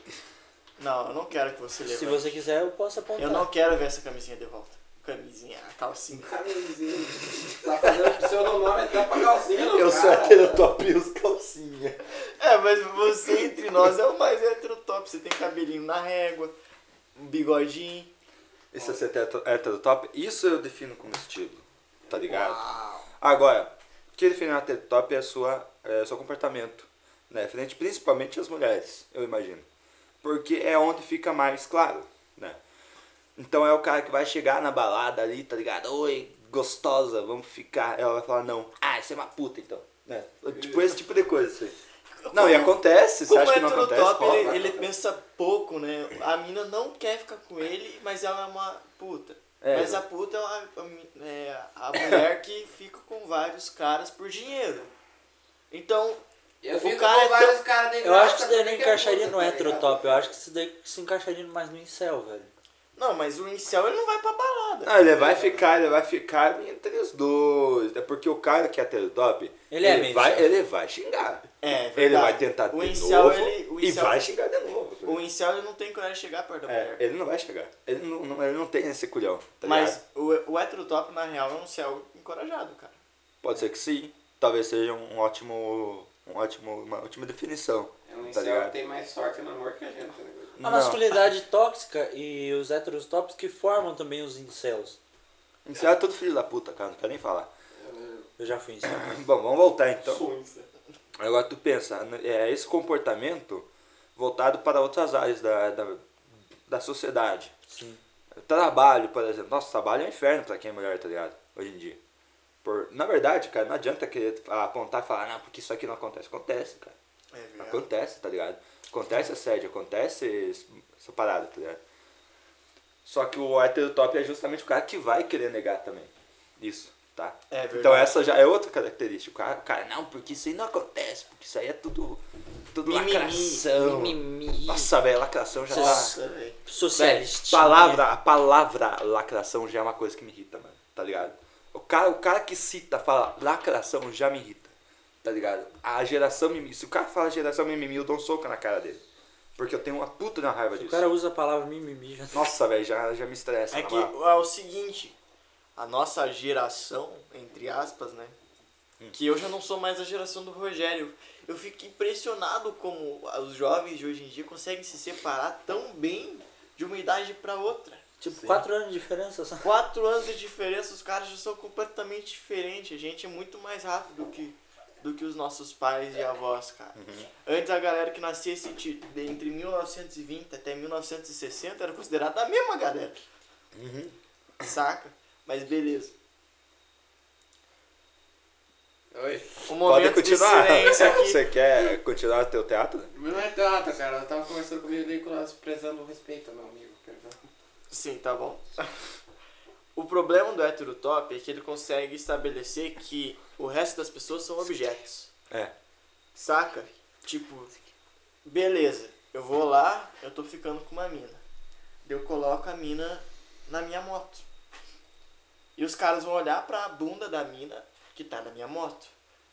Não, eu não quero que você leve.
Se você quiser, eu posso apontar.
Eu não quero ver essa camisinha de volta. Camisinha, calcinha.
Camisinho. Tá fazendo pseudonome até pra calcinha, não,
Eu sou
cara.
heterotop e os calcinha.
É, mas você entre nós é o mais heterotop. Você tem cabelinho na régua, um bigodinho.
Isso é ser heter- heterotop? Isso eu defino como estilo, tá ligado?
Uau.
Agora, o que define um heterotop é a sua, é o seu comportamento, né? Frente principalmente às mulheres, eu imagino. Porque é onde fica mais claro, né? Então é o cara que vai chegar na balada ali, tá ligado? Oi, gostosa, vamos ficar. Ela vai falar não. Ah, você é uma puta então, né? Tipo esse tipo de coisa, assim. Não, e acontece, você
Como
acha que
é
não
tudo
acontece?
top,
Rola.
ele, ele pensa pouco, né? A mina não quer ficar com ele, mas ela é uma puta.
É.
Mas a puta é a, a mi- é a mulher que fica com vários caras por dinheiro. Então,
Eu fico
O cara
com
é
vários caras de
Eu acho
graça,
que isso daí
por
não
que
encaixaria
que é
no
puta, tá ligado?
heterotop, eu acho que isso daí se encaixaria mais no incel, velho.
não, mas o incel ele não vai pra balada.
Ah, ele vai ficar, ele vai ficar entre os dois. É porque o cara que é heterotop,
Ele é meio
vai,
chato.
ele vai xingar.
É,
Ele
verdade.
vai tentar
o
de
incel,
novo
ele, o
e
incel,
vai xingar de novo. né?
O incel ele não tem coragem de chegar perto da
É,
mulher.
ele não vai chegar. Ele não, não- ele não tem esse culhão, tá ligado?
mas o, o heterotop, na real, é um céu encorajado, cara.
Pode ser que sim. Talvez seja um ótimo. Um ótimo uma ótima definição.
É um
Tá
incel
ligado?
que tem mais sorte no amor que a gente, tá ligado?
A masculinidade tóxica e os heterotópicos que formam também os incels.
Isso é tudo filho da puta, cara. Não quero nem falar.
Eu já fui incel.
Bom, vamos voltar É, então.
Sou um incel.
Agora tu pensa, né, é esse comportamento voltado para outras áreas da, da, da sociedade.
Sim.
Trabalho, por exemplo. Nossa, trabalho é um inferno pra quem é mulher, tá ligado? Hoje em dia. Por, na verdade, cara, não adianta querer apontar e falar, não, porque isso aqui não acontece. Acontece, cara.
É verdade.
Acontece, tá ligado? Acontece assédio, acontece es- essa parada, tá ligado? Só que o heterotop é justamente o cara que vai querer negar também. Isso, tá?
É verdade.
Então essa já é outra característica. O cara, o cara, não, porque isso aí não acontece, porque isso aí é tudo, tudo
Mimimi,
lacração.
Mimimi.
Nossa, velho, lacração já tá...
Nossa, velho.
Socialista.
Palavra, a palavra lacração já é uma coisa que me irrita, mano, tá ligado? O cara, o cara que cita, fala lacração já me irrita, tá tá ligado? A geração mimimi. Se o cara fala geração mimimi, eu dou um soco na cara dele. Porque eu tenho uma puta na raiva
Se o
disso.
cara usa a palavra mimimi, já
Nossa, velho, já, já me estressa.
É
na
que
moral.
é o seguinte, a nossa geração, entre aspas, né? Que eu já não sou mais a geração do Rogério. Eu fico impressionado como os jovens de hoje em dia conseguem se separar tão bem de uma idade pra outra.
Tipo, 4 anos de diferença só.
Quatro anos de diferença, os caras já são completamente diferentes. A gente é muito mais rápido do que, do que os nossos pais e avós, cara. Antes, a galera que nascia esse ti- de- entre 1920 até 1960 era considerada a mesma galera. Saca? Mas beleza.
Oi.
Um
Pode
momento
continuar.
de silêncio aqui.
Você quer continuar teu teatro?
Mas não é teatro, cara. Ela tava conversando comigo e nós prezando o respeito, meu amigo. Perdão.
Sim, tá bom. O problema do hétero top é que ele consegue estabelecer que o resto das pessoas são objetos.
É.
Saca? Tipo, beleza, eu vou lá, eu tô ficando com uma mina. Eu coloco a mina na minha moto. E os caras vão olhar pra bunda da mina que tá na minha moto.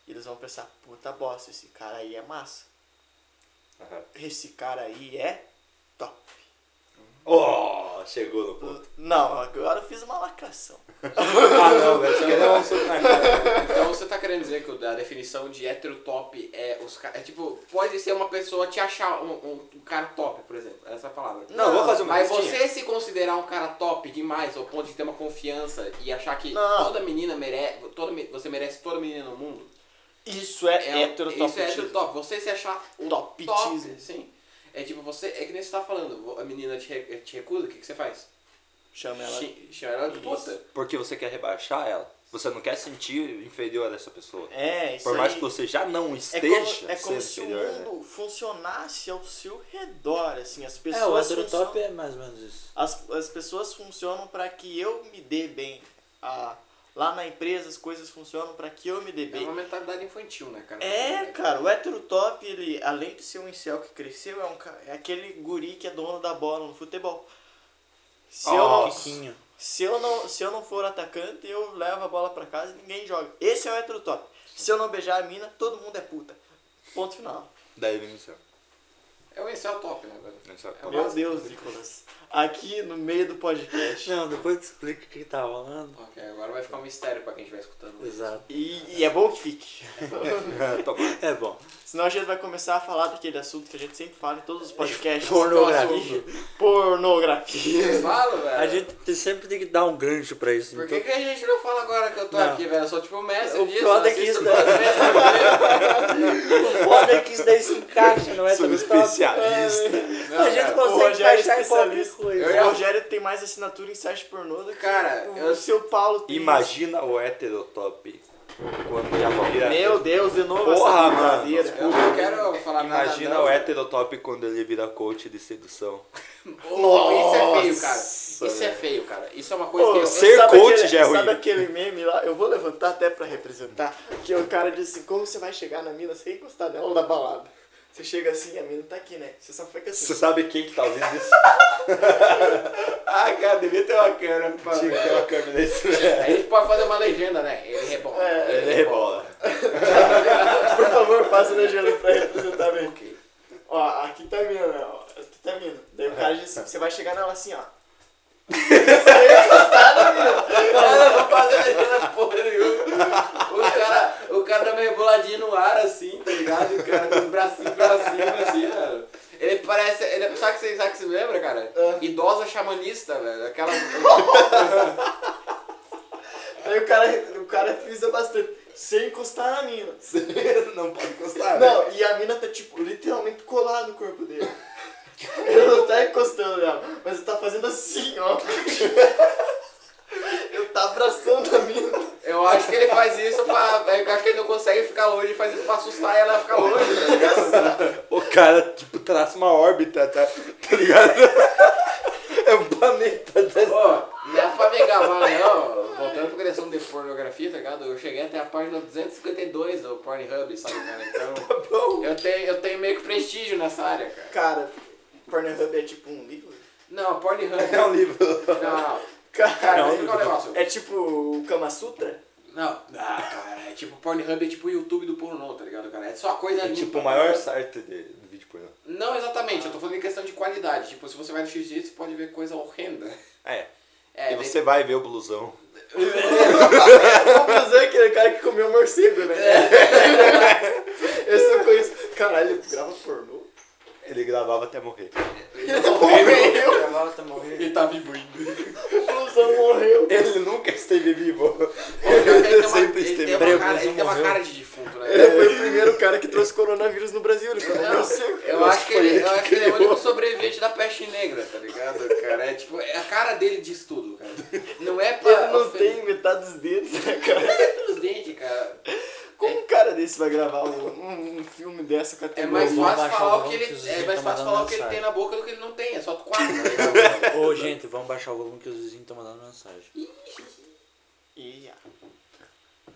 E eles vão pensar, puta bosta, esse cara aí é massa.
Aham.
Esse cara aí é top.
Oh, chegou no ponto.
Não, agora eu fiz uma lacração.
Ah, não, velho. Você quer dar um soco na cara.
Então você tá querendo dizer que o- a definição de hétero top é os caras. É tipo, pode ser uma pessoa te achar um, um- um cara top, por exemplo. Essa é a palavra.
Não, vou fazer uma
Mas
listinha.
você se considerar um cara top demais, ao ponto de ter uma confiança e achar que
Não.
toda menina merece. Toda, me- você merece toda menina no mundo.
Isso é,
um- Isso é
heterotopitismo.
hétero top. Você se achar um top,
Topitismo.
sim. É tipo, você. É que nem você tá falando, a menina te, re- te recusa, o que, que você faz?
Chama ela.
Chi- Chama ela de
Isso.
puta.
Porque você quer rebaixar ela. Você não quer sentir inferior a essa pessoa.
É, isso
Por mais
aí.
que você já não
é
esteja
como, é
sendo
como se o
inferior, né?
mundo funcionasse ao seu redor, assim, as
É, o
pessoas
hétero
funcionam,
top é mais ou menos isso.
as, as pessoas funcionam para que eu me dê bem. Ah, lá na empresa as coisas funcionam para que eu me dê
É uma
bem.
mentalidade infantil, né, cara?
É, cara, o hétero top, ele, além de ser um incel que cresceu, é, um, ca- é aquele guri que é dono da bola no futebol. Se eu não-
Quiquinho.
Se eu não, se eu não for atacante, eu levo a bola pra casa e ninguém joga. Esse é o hétero top. Se eu não beijar a mina, todo mundo é puta. Ponto final.
Daí vem o céu.
É o incel top, né, velho?
Vem o céu.
É
Meu Deus, Nicolas. Aqui no meio do podcast.
Não, depois tu explica o que tá rolando.
Ok, agora vai ficar um mistério pra quem estiver escutando.
Exato.
E, e é bom que fique.
Toma. um
É bom.
Senão a gente vai começar a falar daquele assunto que a gente sempre fala em todos os podcasts.
Pornografia.
Pornografia.
Eu falo, velho.
A gente te- sempre tem que dar um gancho pra isso.
Por
então-
que, que a gente não fala agora que eu tô
Não.
aqui, velho? Eu sou tipo o mestre
O
disso.
pior é que
assisto
isso-
duas vezes por dia.
O foda é que isso daí se encaixa no
Sou
hétero é top.
especialista.
Não,
A gente
cara.
o
consegue
Rogério é
encaixar em qualquer
especialista.
coisa.
Eu
O
já-
Rogério tem mais assinatura em site pornô do que
Cara,
o
eu-
seu Paulo tem.
Imagina o heterotop quando já vira.
Meu Deus, de novo
Porra,
essa
mano.
brincadeira.
Eu não quero falar nada.
Imagina
não.
o heterotop quando ele vira coach de sedução.
Oh, Isso é feio, cara.
Nossa,
Isso é
velho.
feio, cara. Isso é uma coisa
Ô,
que eu.
ser
sabe
coach
aquele-
já é
Sabe
ruim.
aquele meme lá? Eu vou levantar até pra representar. Que o cara disse assim, como você vai chegar na mina sem encostar nela da balada? Você chega assim, a mina tá aqui, né? Você só fica assim.
Você sabe quem que tá ouvindo isso?
Ah, cara, devia ter uma câmera pra.
Tinha que ter uma câmera desse, velho.
A gente pode fazer uma legenda, né? Ele rebola.
É,
Ele rebola.
Por favor, faça o gelo pra representar bem.
Ok.
Ó, aqui tá a mina, né? Ó, aqui tá a mina. Daí o cara disse, você vai chegar nela assim, ó.
Cara, eu não vou fazer legenda porra nenhuma. O cara, o cara dá uma reboladinha no ar, assim, tá ligado? O cara com os bracinhos pra cima, assim, velho. Ele parece. Ele, sabe que você sabe que se lembra, cara? Idosa xamanista, velho. Aquela.
Daí o cara, o cara frisa bastante. Sem encostar na mina.
Não pode encostar, velho.
Não, e a mina tá, tipo, literalmente colada no corpo dele. Ele não tá encostando nela, mas ele tá fazendo assim, ó. Ele tá abraçando a mina.
Eu acho que ele faz isso pra. Eu acho que ele não consegue ficar longe, ele faz isso pra assustar ela a ficar longe, tá ligado?
O cara, tipo, traça uma órbita, tá, tá ligado? É um planeta desse.
Ó, não é pra me gabar, não. Voltando pra questão de pornografia, tá ligado? Eu cheguei até a página 252 do Pornhub, sabe, cara? Então. Eu tenho, eu tenho meio que prestígio nessa área, cara.
Cara, Pornhub é tipo um livro?
Não, Pornhub.
É um livro. um
Não, não. Cara,
Cara,
não, qual é o negócio? ah,
é tipo o Kama Sutra?
Não, não, cara, é tipo Pornhub é tipo o YouTube do pornô, tá ligado, cara? É só coisa
É
limpa.
tipo o maior Ah. site de- do vídeo pornô.
Não exatamente, eu tô falando em questão de qualidade. Tipo, se você vai no x você pode ver coisa horrenda.
É.
É,
e
daí-
você vai ver o blusão.
Vamos dizer aquele cara que comeu morcego, né? É. Eu só conheço. Caralho, ele grava pornô?
Ele gravava até morrer.
ele tá morrendo.
Gravava tá morrendo.
Ele tá vivo ainda.
O blusão morreu.
Ele nunca esteve vivo.
Ele tem uma-
sempre
ele
esteve
tem uma
preso,
cara- Ele tem uma
morreu.
cara de defunto, né?
É,
Ele foi o primeiro cara que trouxe coronavírus no Brasil.
né?
Ele comeu
Não,
morcego.
Eu acho que ele, eu acho que ele é o único sobrevivente da peste negra, tá ligado, cara? É tipo, é a cara dele diz tudo, cara. Não é pra
Ele não
ofender
tem metade dos dedos, né, cara?
os dentes, cara.
Como um cara desse vai gravar um, um- um filme dessa
É
categoria?
mais
vou
fácil
abaixar
falar
o
o que
volume
ele.
que os
É
vizinhos
mais
tão
fácil
mandando
falar o que ele
mensagem.
tem na boca do que ele não tem, é só quatro, tá ligado?
Ô, gente, vamos baixar o volume que os vizinhos estão mandando mensagem.
Ih, ah.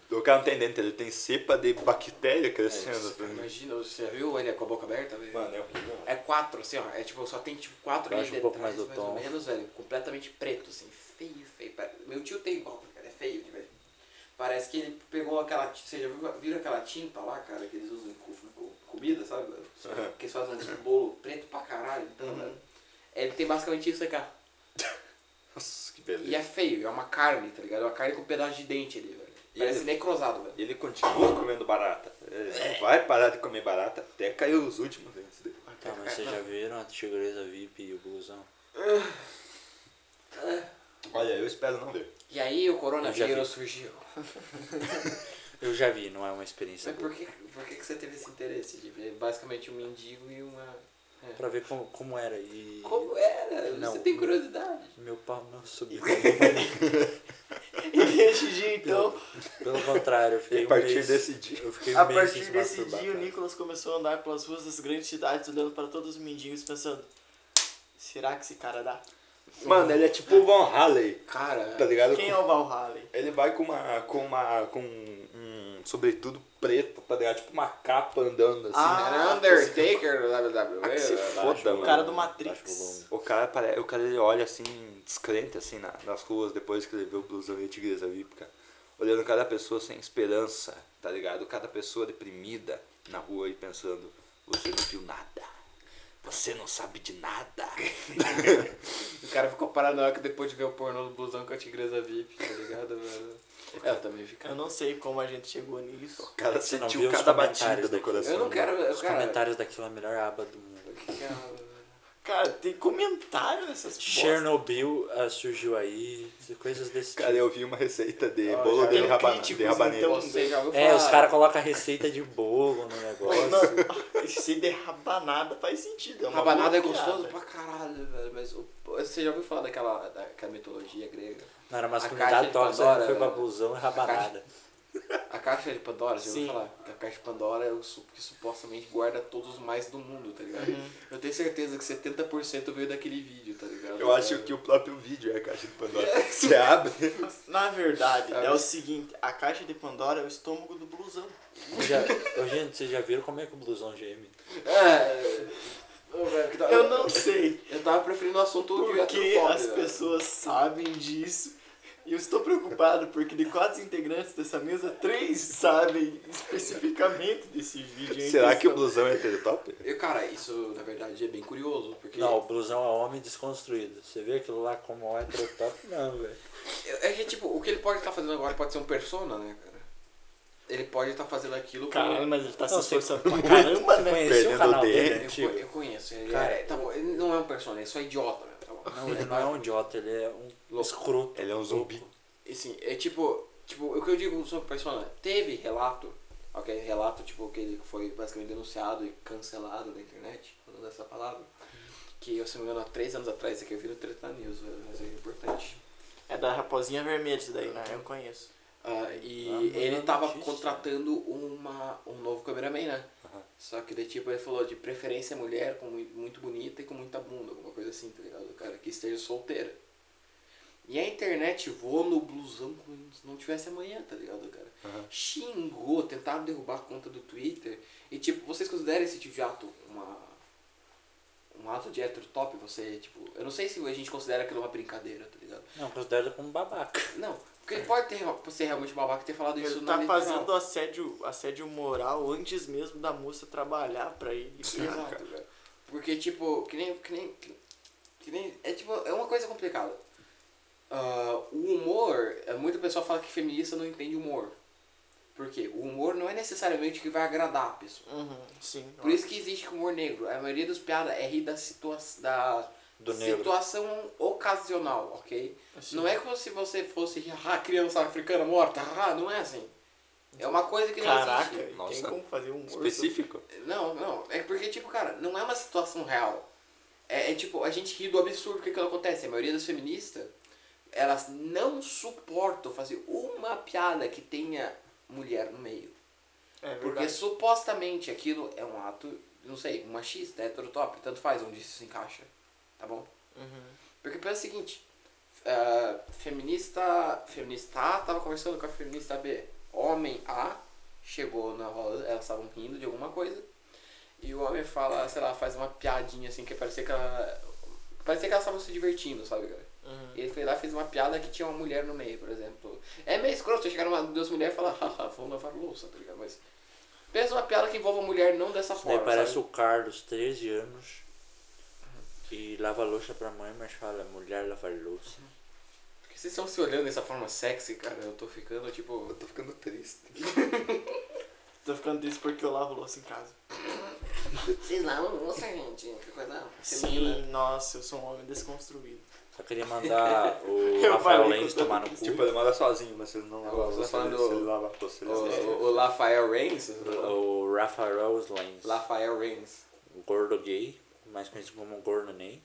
O cara não tem dente, ele tem cepa de bactéria crescendo.
Imagina, você viu ele com a boca aberta, velho?
Mano, é horrível.
É quatro, assim, ó. É tipo, só tem tipo quatro
Eu
ali
acho um pouco
detalhes,
mais do
mais ou
tom.
menos, velho. Completamente preto, assim. Feio, feio. pare- Meu tio tem igual, cara. É feio, velho. Parece que ele pegou aquela. ti- Você já viu, viu aquela tinta lá, cara, que eles usam em co- co- comida, sabe? Que eles fazem um bolo preto pra caralho. Então,
Uhum.
velho. Ele tem basicamente isso aí, cara.
Nossa, que
E
beleza.
é feio, é uma carne, tá ligado? É uma carne com um pedaço de dente ali, velho.
E
Parece
ele-
necrosado, velho.
Ele continua comendo barata. Ele não vai parar de comer barata até cair os últimos dentes dele.
Ah,
Tá,
É,
mas vocês já viram a tigureza VIP e o blusão?
Olha, eu espero não ver.
E aí o
Eu já
coronavírus
vi.
surgiu.
Eu já vi, não é uma experiência
Mas
boa.
por que, por que que você teve esse interesse de ver basicamente um mendigo e uma.
Pra ver como, como era e...
Como era?
Não.
Você tem curiosidade.
Meu pau não subiu.
E desde dia, então,
Pelo contrário, eu fiquei
E a partir
um mês,
desse dia-
Eu fiquei um
a
mês sem
partir
se
desse
masturbar,
dia, o
cara.
Nicolas começou a andar pelas ruas das grandes cidades, olhando para todos os mendigos, pensando: será que esse cara dá?
Mano, ele é tipo o Von Halley,
Cara,
tá ligado?
Quem é o Valhalla?
Ele vai com uma. com uma. com um sobretudo preto, tá ligado? Tipo uma capa andando assim.
Ah,
era Undertaker no WWE.
se
né?
foda, mano.
O cara do
Baixo o
Matrix.
volume.
O cara, pare... o cara ele olha assim, descrente assim na- nas ruas depois que ele vê o blusão e a tigresa VIP, cara. Olhando cada pessoa sem esperança, tá ligado? Cada pessoa deprimida na rua e pensando, você não viu nada. Você não sabe de nada.
O cara ficou paranoico depois de ver o pornô do blusão com a tigresa VIP, tá ligado, velho? Eu também fico.
Eu não sei como a gente chegou nisso.
O cara
Você não
sentiu
viu os
cada
comentários
batida do
daqui.
coração.
Eu não quero. Eu,
Os
cara,
comentários daquilo é a melhor aba do mundo.
que que é-
Cara, tem comentário nessas bosta.
Chernobyl ah, surgiu aí, coisas desse
Cara,
tipo.
eu vi uma receita de
Ó,
bolo
já
de,
tem
rabana, de
críticos,
rabanete.
então.
Você já ouviu falar?
É, os caras colocam a receita de bolo no
Pô,
negócio.
Não, ah, se der rabanada faz sentido. É uma
Rabanada é
boa piada.
gostoso pra caralho, velho. Mas o- você já ouviu falar daquela, daquela mitologia grega?
Não era
A caixa
masculinidade
de
tóxica,
Pandora,
foi pra
né?
blusão e rabanada.
A caixa de Pandora, você
Sim.
ouviu falar? Que a caixa de Pandora é o su- que supostamente guarda todos os mais do mundo, tá ligado?
Uhum.
Eu tenho certeza que 70% veio daquele vídeo, tá ligado?
Eu acho que o próprio vídeo é a caixa de Pandora. Você abre.
Na verdade,
Sabe?
é o seguinte: a caixa de Pandora é o estômago do blusão.
Vocês Já, Ô, gente, vocês já viram como é que o blusão geme?
É. Ô, velho, que da-
Eu não sei.
Eu tava preferindo o assunto de
Porque
heterofóbia,
as
velho.
pessoas sabem disso. E eu estou preocupado porque de quatro integrantes dessa mesa, três sabem especificamente desse vídeo. em
Será que o
questão.
blusão é teletop?
E, cara, isso na verdade é bem curioso, porque.
Não, o blusão é homem desconstruído. Você vê aquilo lá como é top? Não, velho.
É é que, tipo, o que ele pode estar fazendo agora pode ser um persona, né, cara? Ele pode estar fazendo aquilo com-
Caralho, mas ele tá se
Não, você-
esforçando pra caramba,
Você
né?
conhecia
Perdendo
o canal
o
dele,
dedo.
Eu, co-
antigo?
eu conheço, ele
É Cara,
é. Tá bom, ele não é um persona, ele só é idiota, né? Tá bom.
Não, ele não é um idiota, ele é um
Louco.
escroto.
Ele é um zumbi.
E, Assim, é tipo, tipo, o que eu digo sobre persona, teve relato, ok? Relato, tipo, que ele foi basicamente denunciado e cancelado na internet, falando essa palavra. Que, eu, se não me engano, há três anos atrás, isso aqui eu vi no Treta News, velho, mas é importante.
É da Raposinha Vermelha isso daí, né? Eu conheço.
Ah, e
Ah, mas
ele
não
tava
notícia.
contratando uma, um novo cameraman, né? Só que daí, tipo, ele falou de preferência mulher com mui- muito bonita e com muita bunda, alguma coisa assim, tá ligado? Cara, que esteja solteira. E a internet voou no blusão como se não tivesse amanhã, tá ligado, cara? Xingou, tentaram derrubar a conta do Twitter. E, tipo, vocês consideram esse tipo de ato uma... Um ato de hétero top, você, tipo... Eu não sei se a gente considera aquilo uma brincadeira, tá ligado?
Não, considera como um babaca.
Não, Porque ele pode ter, ser realmente babaca e ter falado isso
Ele
na
tá
literal.
fazendo assédio, assédio moral antes mesmo da moça trabalhar pra ele.
Exato, velho. Porque, tipo, que nem, que nem. Que nem. É tipo, é uma coisa complicada. Ah, o humor, é, muita pessoa fala que feminista não entende humor. Por quê? O humor não é necessariamente o que vai agradar a pessoa.
Uhum, sim.
Por isso que existe humor negro. A maioria das piadas é rir da, situa da
Do negro. Assim.
situação ocasional, ok? Não é como se você fosse rir, ah, criança africana morta, ah, não é assim. É uma coisa que não
Caraca,
existe.
e tem
Nossa.
como fazer um urso?
Específico.
Não, não. É porque, tipo, cara, não é uma situação real. É, é tipo, a gente ri do absurdo que aquilo acontece. A maioria das feministas, elas não suportam fazer uma piada que tenha mulher no meio.
É
Porque
verdade.
supostamente aquilo é um ato, não sei, um machista, heterotop, tanto faz onde isso se encaixa. Tá bom?
Uhum.
Porque pensa o seguinte, ah, feminista, feminista A tava conversando com a feminista B. Homem A chegou na roda, elas estavam rindo de alguma coisa. E o homem fala, sei lá, faz uma piadinha assim que parecia que ela. Parecia que elas estavam se divertindo, sabe, cara?
Uhum.
Ele foi lá e fez uma piada que tinha uma mulher no meio, por exemplo. É meio escroto você chegar numa duas mulheres e falar, haha, vão lavar louça, tá ligado? Mas. Pensa uma piada que envolva a mulher não dessa
Daí
forma.
parece
sabe?
o Carlos, 13 anos, e lava louça pra mãe, mas fala, mulher lava louça.
Porque vocês estão se olhando dessa forma sexy, cara, eu tô ficando tipo.
Eu tô ficando triste.
Tô ficando triste porque eu lavo louça em casa.
Vocês lavam louça, gente? Que coisa
Sim, nossa, eu sou um homem desconstruído.
Só queria mandar o
Eu
Rafael
falei que
Lenz
eu tô
tomar no cu.
Tipo, ele manda sozinho, mas ele não
Não,
lava.
você tá
Você
falando-
ele lava a
O,
poça, ele lava.
o, o Rafael Reigns?
o Rafael Lenz,
Rafael Reigns.
o gordo gay, mais conhecido como Gordo Ney.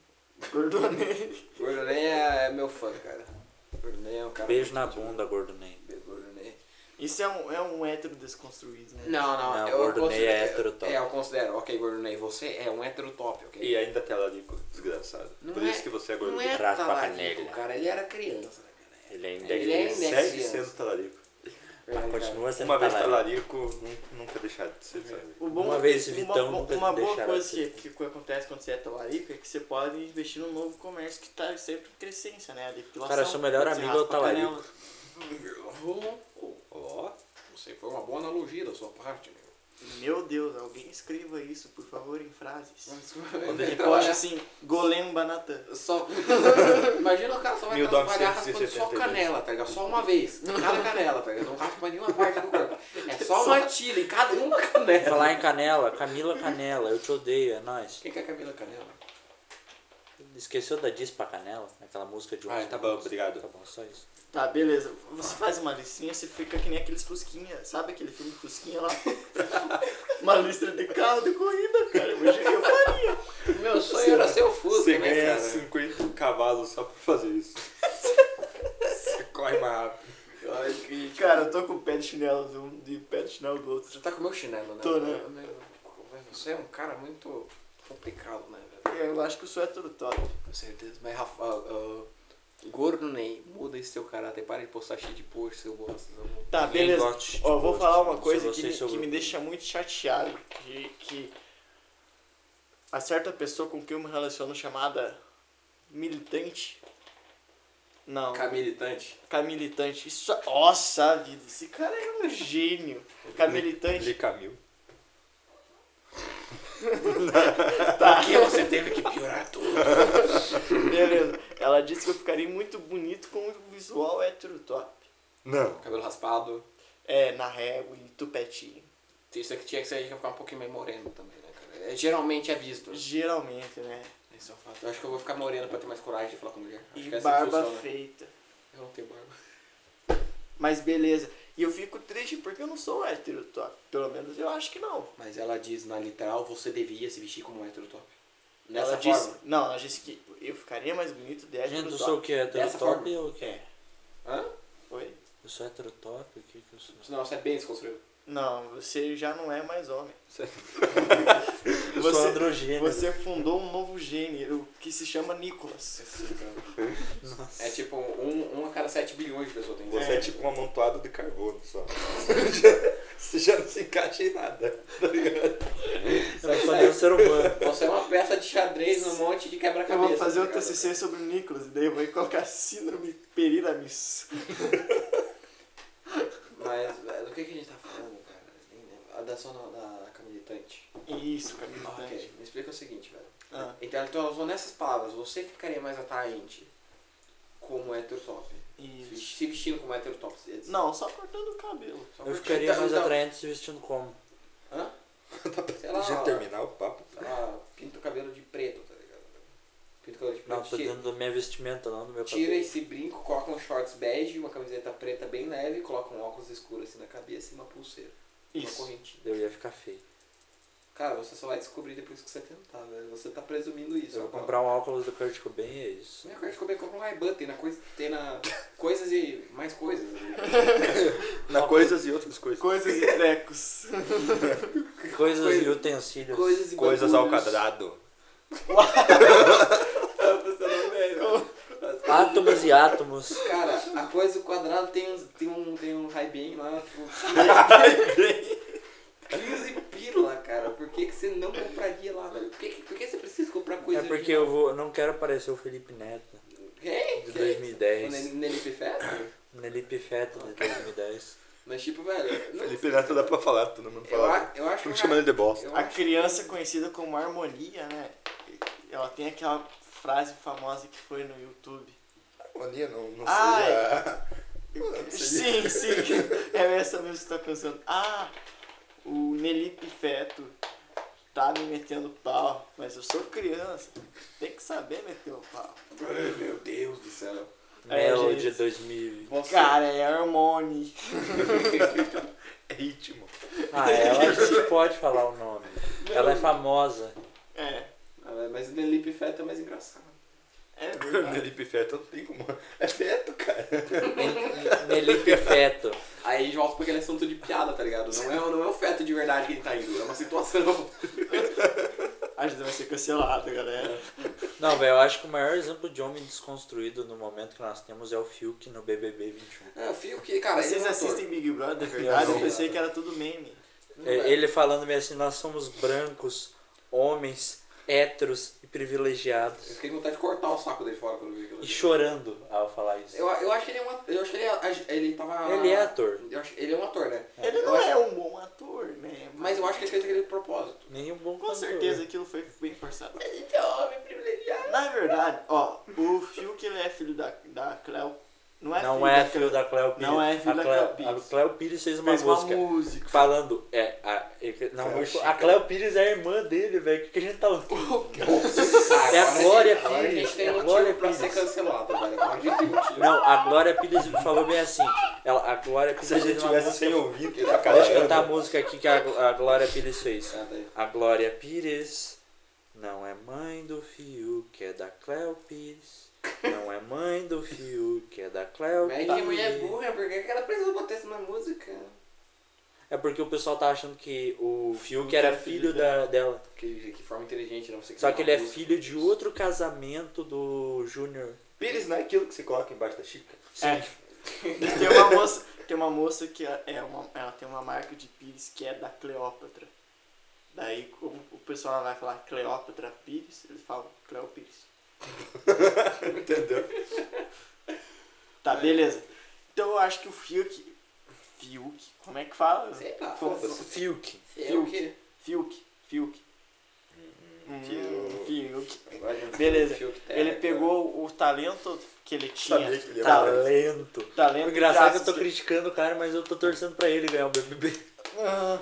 Gordonei.
O Gordonei é meu fã, cara. O Gordonei é um cara.
Beijo na
muito
bunda, Gordo Ney.
de- Gordonei.
Isso é um, é um hétero desconstruído, né?
Não, não,
Não,
eu
Gordonei
considero-
é hétero top.
É, eu considero. Ok, Gordonei, você é um hétero top, ok?
E ainda tem larico, desgraçado.
Não
Por
é-
isso que você é gordo.
Não é
Raspa a
talarico,
canela.
cara. Ele era criança, né, cara?
Ele ainda
Ele é
existe.
ainda
Segue
criança.
sendo talarico.
Verdade, cara.
Ah, Continua sendo
Uma vez tá
talarico.
talarico, nun- nunca deixar de ser
né,
talarico.
O bom
Uma
é que-
vez Vitão
uma, bo-
nunca
uma boa
deixará
coisa
de
que,
ser.
que acontece quando você é talarico é que você pode investir num novo comércio que tá sempre em crescência, né? A depilação,
Cara, seu melhor
você
amigo
raspa
é o talarico.
a canela.
Uhum.
Ó,
Você foi uma boa analogia da sua parte, meu.
né? Meu Deus, alguém escreva isso, por favor, em frases.
é
Onde ele
E
né?
poste assim, golemba Natan.
Só... Imagina o cara só vai trabalhar raspando só
1972.
canela, tá ligado? Só uma vez. Cada canela, tá ligado? Não raspa nenhuma parte do corpo. É só uma tira em cada uma canela.
Falar em Canela, Camila Canela, eu te odeio, é nóis.
Quem que é a Camila Canela?
Esqueceu da Dispa Canela? Aquela música de
Ah, tá bom, obrigado.
Tá bom, só isso.
Tá, beleza. Você faz uma listinha, você fica que nem aqueles Fusquinha. Sabe aquele filme Fusquinha lá? uma lista de carro de corrida, cara. Hoje eu faria.
Meu sonho era ser o Fusca,
você
né,
ganha
cara?
50 cavalos só pra fazer isso. você corre mais rápido.
Ai, que...
Cara, eu tô com o pé de chinelo de um e o pé de chinelo do outro.
Você tá com o meu chinelo, né?
Tô, né?
Mas Você é um cara muito complicado, né, velho?
Eu acho que eu sou hétero top.
Com certeza. Mas, Rafa, ah, ah, Gordo Ney, muda esse seu caráter. Para de postar cheio de post, seu bosta. seu-
Tá,
Ninguém
beleza.
gosta de
Ó, eu vou
post.
falar uma
Se
coisa que,
vocês
me-
são
que me
grupo.
deixa muito chateado. Que, que a certa pessoa com quem eu me relaciono chamada militante. Não.
Camilitante.
Camilitante. Isso, é- nossa vida, esse cara é um gênio. Camilitante.
Licamil.
Tá. Aqui você teve que piorar tudo.
Beleza. Ela disse que eu ficaria muito bonito com o visual hétero top.
Não.
Cabelo raspado.
É, na régua e tupetinho.
Isso aqui tinha que ser ficar um pouquinho meio moreno também, né, cara? É, geralmente é visto. né?
Geralmente, né?
Esse é um fato. Eu acho que eu vou ficar moreno pra ter mais coragem de falar com mulher. Acho
E
que é assim que
barba
funciona.
feita.
Eu não tenho barba.
Mas beleza. E eu fico triste porque eu não sou hétero top. Pelo menos eu acho que não.
Mas ela diz na literal, você devia se vestir como um hétero top. Nessa
ela
forma.
disse. Não, ela disse que eu ficaria mais bonito
É
de hétero
Gente, eu
top.
sou o quê?
Dessa
Heterotop
forma.
ou o quê?
Hã?
Oi?
Eu sou heterotop? O que que eu sou?
Senão você é bem desconstruído.
Não, você já não é mais homem.
Eu sou
Você-
androgênio.
Você fundou um novo gênero que se chama Nicolas.
É tipo, um, um a cada 7 bilhões de pessoas tem.
Você é.
É.
tipo um amontoado de carbono só. você já não se encaixa em nada. Tá ligado?
Eu sou um ser humano.
Você é uma peça de xadrez num monte de
Eu
quebra-cabeça.
vou fazer
tá
o
ligado?
TCC sobre o Nicolas e daí eu vou colocar síndrome Periramis.
que, que a gente tá falando, cara? Nem lembro. A da zona da cama militante.
Isso, cara.
Ah,
militante.
ok, me explica o seguinte, velho.
Ah.
Então, então ela usou nessas palavras, você ficaria mais atraente como hétero top. Se
Isso.
vesti- se vestindo como hétero top. quer dizer.
Não, só cortando o cabelo.
Só
Eu
porque-
ficaria
então-
mais
então-
atraente se vestindo como.
Hã? Sei
A
lá,
gente terminar o papo.
sei lá, pinta o cabelo de preto, tá ligado? Pinta o cabelo de preto.
Não, tô
tira-
dentro da minha vestimenta, não do meu
Tira
cabelo.
esse brinco, coloca um shorts bege, uma camiseta preta bem leve, coloca um óculos escuro assim na cabeça e uma pulseira. Uma
Isso.
correntinha.
Eu ia ficar feio.
Cara, você só vai descobrir depois que você tentar, velho. Você tá presumindo isso.
Eu vou
Rafael.
comprar um óculos do Kurt Cobain e é isso.
Minha coisa comer compra um Ray-Ban, tem na coisa. Tem na. coisas e mais coisas.
Na coisas e outras coisas.
Coisas e trecos.
Coisas e
Coisa-
utensílios.
Coisas e
Coisas ao
bagulhos.
quadrado.
Eu tô pensando, velho.
Átomos e átomos.
Cara, a coisa quadrada tem, uns- tem um, tem um Ray-Ban lá, tipo, 15 pila, cara. Por que, que você não compraria lá, velho? Por que, que- por que você precisa comprar coisa
É porque eu vou, não quero parecer o Felipe Neto
Quem?
de
O
2010.
Nelly Festa?
Felipe Feto de 2010.
Mas tipo, velho. não-
Felipe Neto dá pra falar, todo mundo
eu,
fala.
a- eu acho
Todo mundo
que.
chama ele de bosta.
eu
A
acho-
criança é conhecida como harmonia, né? Ela tem aquela frase famosa que foi no YouTube.
Harmonia não, não
Ai.
seja.
Sim, sim. É essa mesmo que você tá pensando. Ah, o Nelipe Feto tá me metendo pau, mas eu sou criança. Tem que saber meter o pau.
Ai, Meu Deus do céu.
É,
Melo de
gente.
2000.
Você-
Cara, é hormônio.
É ritmo.
Ah, ela se pode falar o nome. Ela é famosa.
É,
Ah, velho, mas o Nelly Festa é mais engraçado.
é verdade.
Felipe Feto não tem como. É feto, cara.
Felipe Feto.
Aí a gente volta pra aquele assunto de piada, tá ligado? Não é, não é o feto de verdade que ele tá indo, é uma situação.
A gente vai ser cancelado, galera.
Não, velho, eu acho que o maior exemplo de homem desconstruído no momento que nós temos é o Fiuk no BBB 21.
É, o fio que, cara, ele
Vocês
é um ator.
assistem Big Brother, verdade? Eu
Não. é um
pensei que era tudo meme.
É, Ele falando meio assim, nós somos brancos, homens, héteros e
Eu
privilegiados.
fiquei com vontade de cortar o saco dele fora quando eu vi aquilo.
E
ali.
chorando ao falar isso.
Eu, eu acho que ele é um ator. Eu acho que ele, é- ele tava.
Ele é ator.
Eu acho, ele é um ator, né?
Ele
Eu
não
acho-
é um bom ator, né?
Mas eu acho é um que ele fez aquele de propósito.
Nenhum um bom
Com certeza aquilo foi bem forçado.
Ele é homem privilegiado.
Na verdade, ó, o Fiuk ele é filho da, da Cleo. Não é
Não
filho
é
da
filho da Cleo Pires.
Não é filho
a
da
Cleo,
Cleo Pires.
A Cleo Pires fez uma
Fez
música
uma música.
falando. É, a, é- não,
Cleo
a
Chica.
Cleo Pires é a irmã dele, velho. O que, que a gente tá ouvindo?
Agora
É a Glória
gente- agora A
Pires,
gente tem
é a
motivo
Glória
pra
Pires.
ser cancelado, velho. Agora a gente tem motivo.
Não, a Glória Pires falou bem assim. Ela, a Glória Pires
Se a gente
fez uma
tivesse
música-
sem ouvido,
Eu
tá
Deixa eu
calado.
cantar a música aqui que a, a Glória Pires fez.
Canta aí.
A Glória Pires não é mãe do Fiuk, é da Cleo Pires. Não é mãe do Fiuk, é da Cleo
Mas que mulher
Pires.
burra, por que que ela precisa botar isso na música?
É porque o pessoal tá achando que o Fiuk era filho da, dela.
Que, que é forma inteligente, né? não sei
Só que ele é filho de outro casamento do Júnior.
Pires não é aquilo que você coloca embaixo da xícara.
É. Tem uma moça, tem uma moça que é é uma, ela tem uma marca de pires que é da Cleópatra. Daí como o pessoal vai falar Cleópatra Pires, eles falam Cleo Pires.
Entendeu?
Tá, beleza. Então eu acho que o Fiuk. Fiuk? Como é que fala?
Ah, Sei lá,
Foda-se.
Fiuk.
É o quê?
Fiuk. Fiuk.
Fiuk.
Hum, Fiuk.
Agora a gente
Beleza.
tem um fio que tá-
Ele pegou o talento que ele tinha.
Sabia que ele ia
Talento.
Talento. O
Talento
Tá engraçado é que eu
graças
tô criticando o cara, mas eu tô torcendo pra ele ganhar o BBB.
Ah,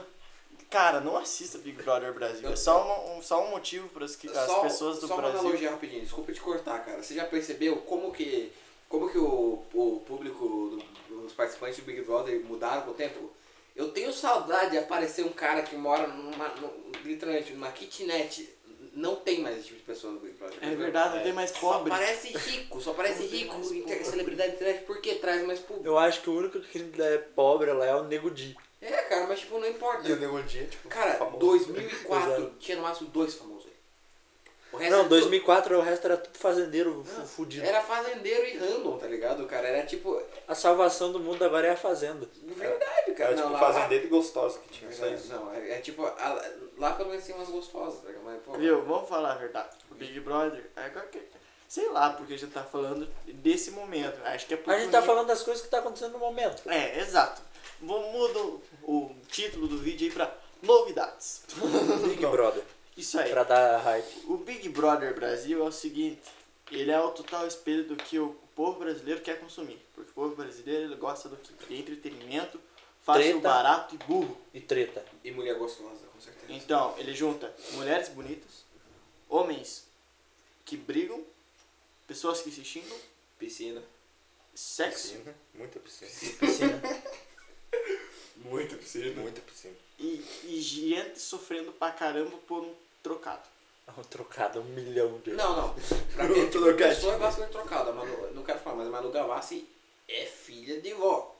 Cara, não assista Big Brother Brasil. É só um, um- só um motivo para as, que- as
Só-
pessoas do
só uma
Brasil.
analogia rapidinho, desculpa te cortar, cara. Você já percebeu como que, como que o, o público, do- os participantes do Big Brother mudaram com o tempo? Eu tenho saudade de aparecer um cara que mora numa, num- literalmente numa kitnet. Não tem mais esse tipo de pessoa no Big Brother.
É verdade, não tem mais pobre.
Só parece rico, só parece
Não tem
rico.
mais
inter-
pobre.
Celebridade da internet, por que traz mais público?
Eu acho que o único que ainda é pobre lá é o Nego Di.
É, cara, mas tipo, não importa.
E o Nego Di é tipo.
Cara,
famoso.
2004 tinha no máximo dois famosos aí. O resto
Não,
era tudo-
2004 é o resto era tudo fazendeiro fu- fudido.
Era fazendeiro e random, tá ligado, cara? Era tipo.
A salvação do mundo agora é a fazenda.
Verdade, cara.
Era tipo
não, lá-
fazendeiro e gostoso que tinha
Verdade,
saído.
Não, é, é tipo. a- lá pelo menos tem umas gostosas, tá ligado? Mas, pô,
Viu? Vamos falar a verdade. O Big Brother, agora que. Sei lá porque a gente tá falando desse momento. Acho que é porque.
A gente tá
o-
falando das coisas que tá acontecendo no momento.
É, exato. Vou mudo o título do vídeo aí pra novidades.
Big Brother.
Isso
É.
aí.
Pra dar hype.
O Big Brother Brasil é o seguinte, ele é o total espelho do que o povo brasileiro quer consumir. Porque o povo brasileiro ele gosta do que? De entretenimento, fácil,
Treta.
barato e burro.
E treta.
E mulher gostosa, com certeza.
Então, ele junta mulheres bonitas, homens que brigam, pessoas que se xingam,
Piscina.
sexo
Piscina. Muita piscina.
Piscina.
Muita piscina.
Muita piscina.
e, e gente sofrendo pra caramba por um trocado.
Um trocado, um milhão de
Não, não. Pra mim, tipo, a pessoa é basicamente trocada. A Manu, não quero falar, mas a Manu Gavassi é filha de vó.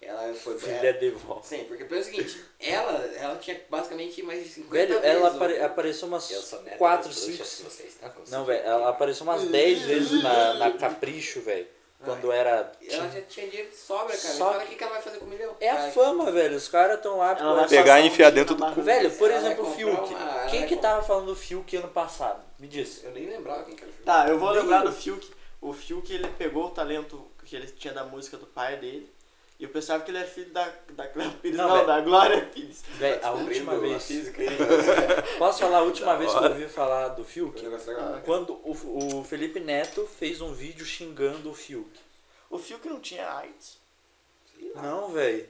Ela foi... é,
Filha de vó.
Sim, porque pelo seguinte, ela, ela tinha basicamente mais de né? 50
Velho,
vezes
ela
o-
apare- apareceu umas
Eu sou neto
4,
do trouxa,
5.
se você está com
Não, velho, ela apareceu umas 10 vezes na, na Capricho, velho. Quando era.
Ela já tinha dinheiro de sobra, cara.
Só
Fala o
que-
que que ela vai fazer com o milhão.
É a
Cara,
fama, velho. Os caras estão lá.
Ela
pô,
vai
essa-
passar
Pegar e
um
enfiar
dia
dentro
na
do
barra-
Velho, por
Ela vai
exemplo, o
comprar
Fiuk.
uma- ela
Quem
vai
que
comprar-
tava falando do Fiuk ano passado? Me diz.
Eu nem lembrava quem que ela foi.
Tá, eu vou
Nem
lembrar
eu.
do Fiuk. O Fiuk, ele pegou o talento que ele tinha da música do pai dele. E eu pensava que ele era filho da, da Clara Pires,
Não,
não,
velho.
da Glória Pires.
Velho, a última
Descobrindo
vez.
a física aí.
Posso falar a última vez que eu ouvi falar do
Que
Fiuk?
negócio legal.
Quando o, o Felipe Neto fez um vídeo xingando o Fiuk.
O Fiuk não tinha AIDS.
Não, velho.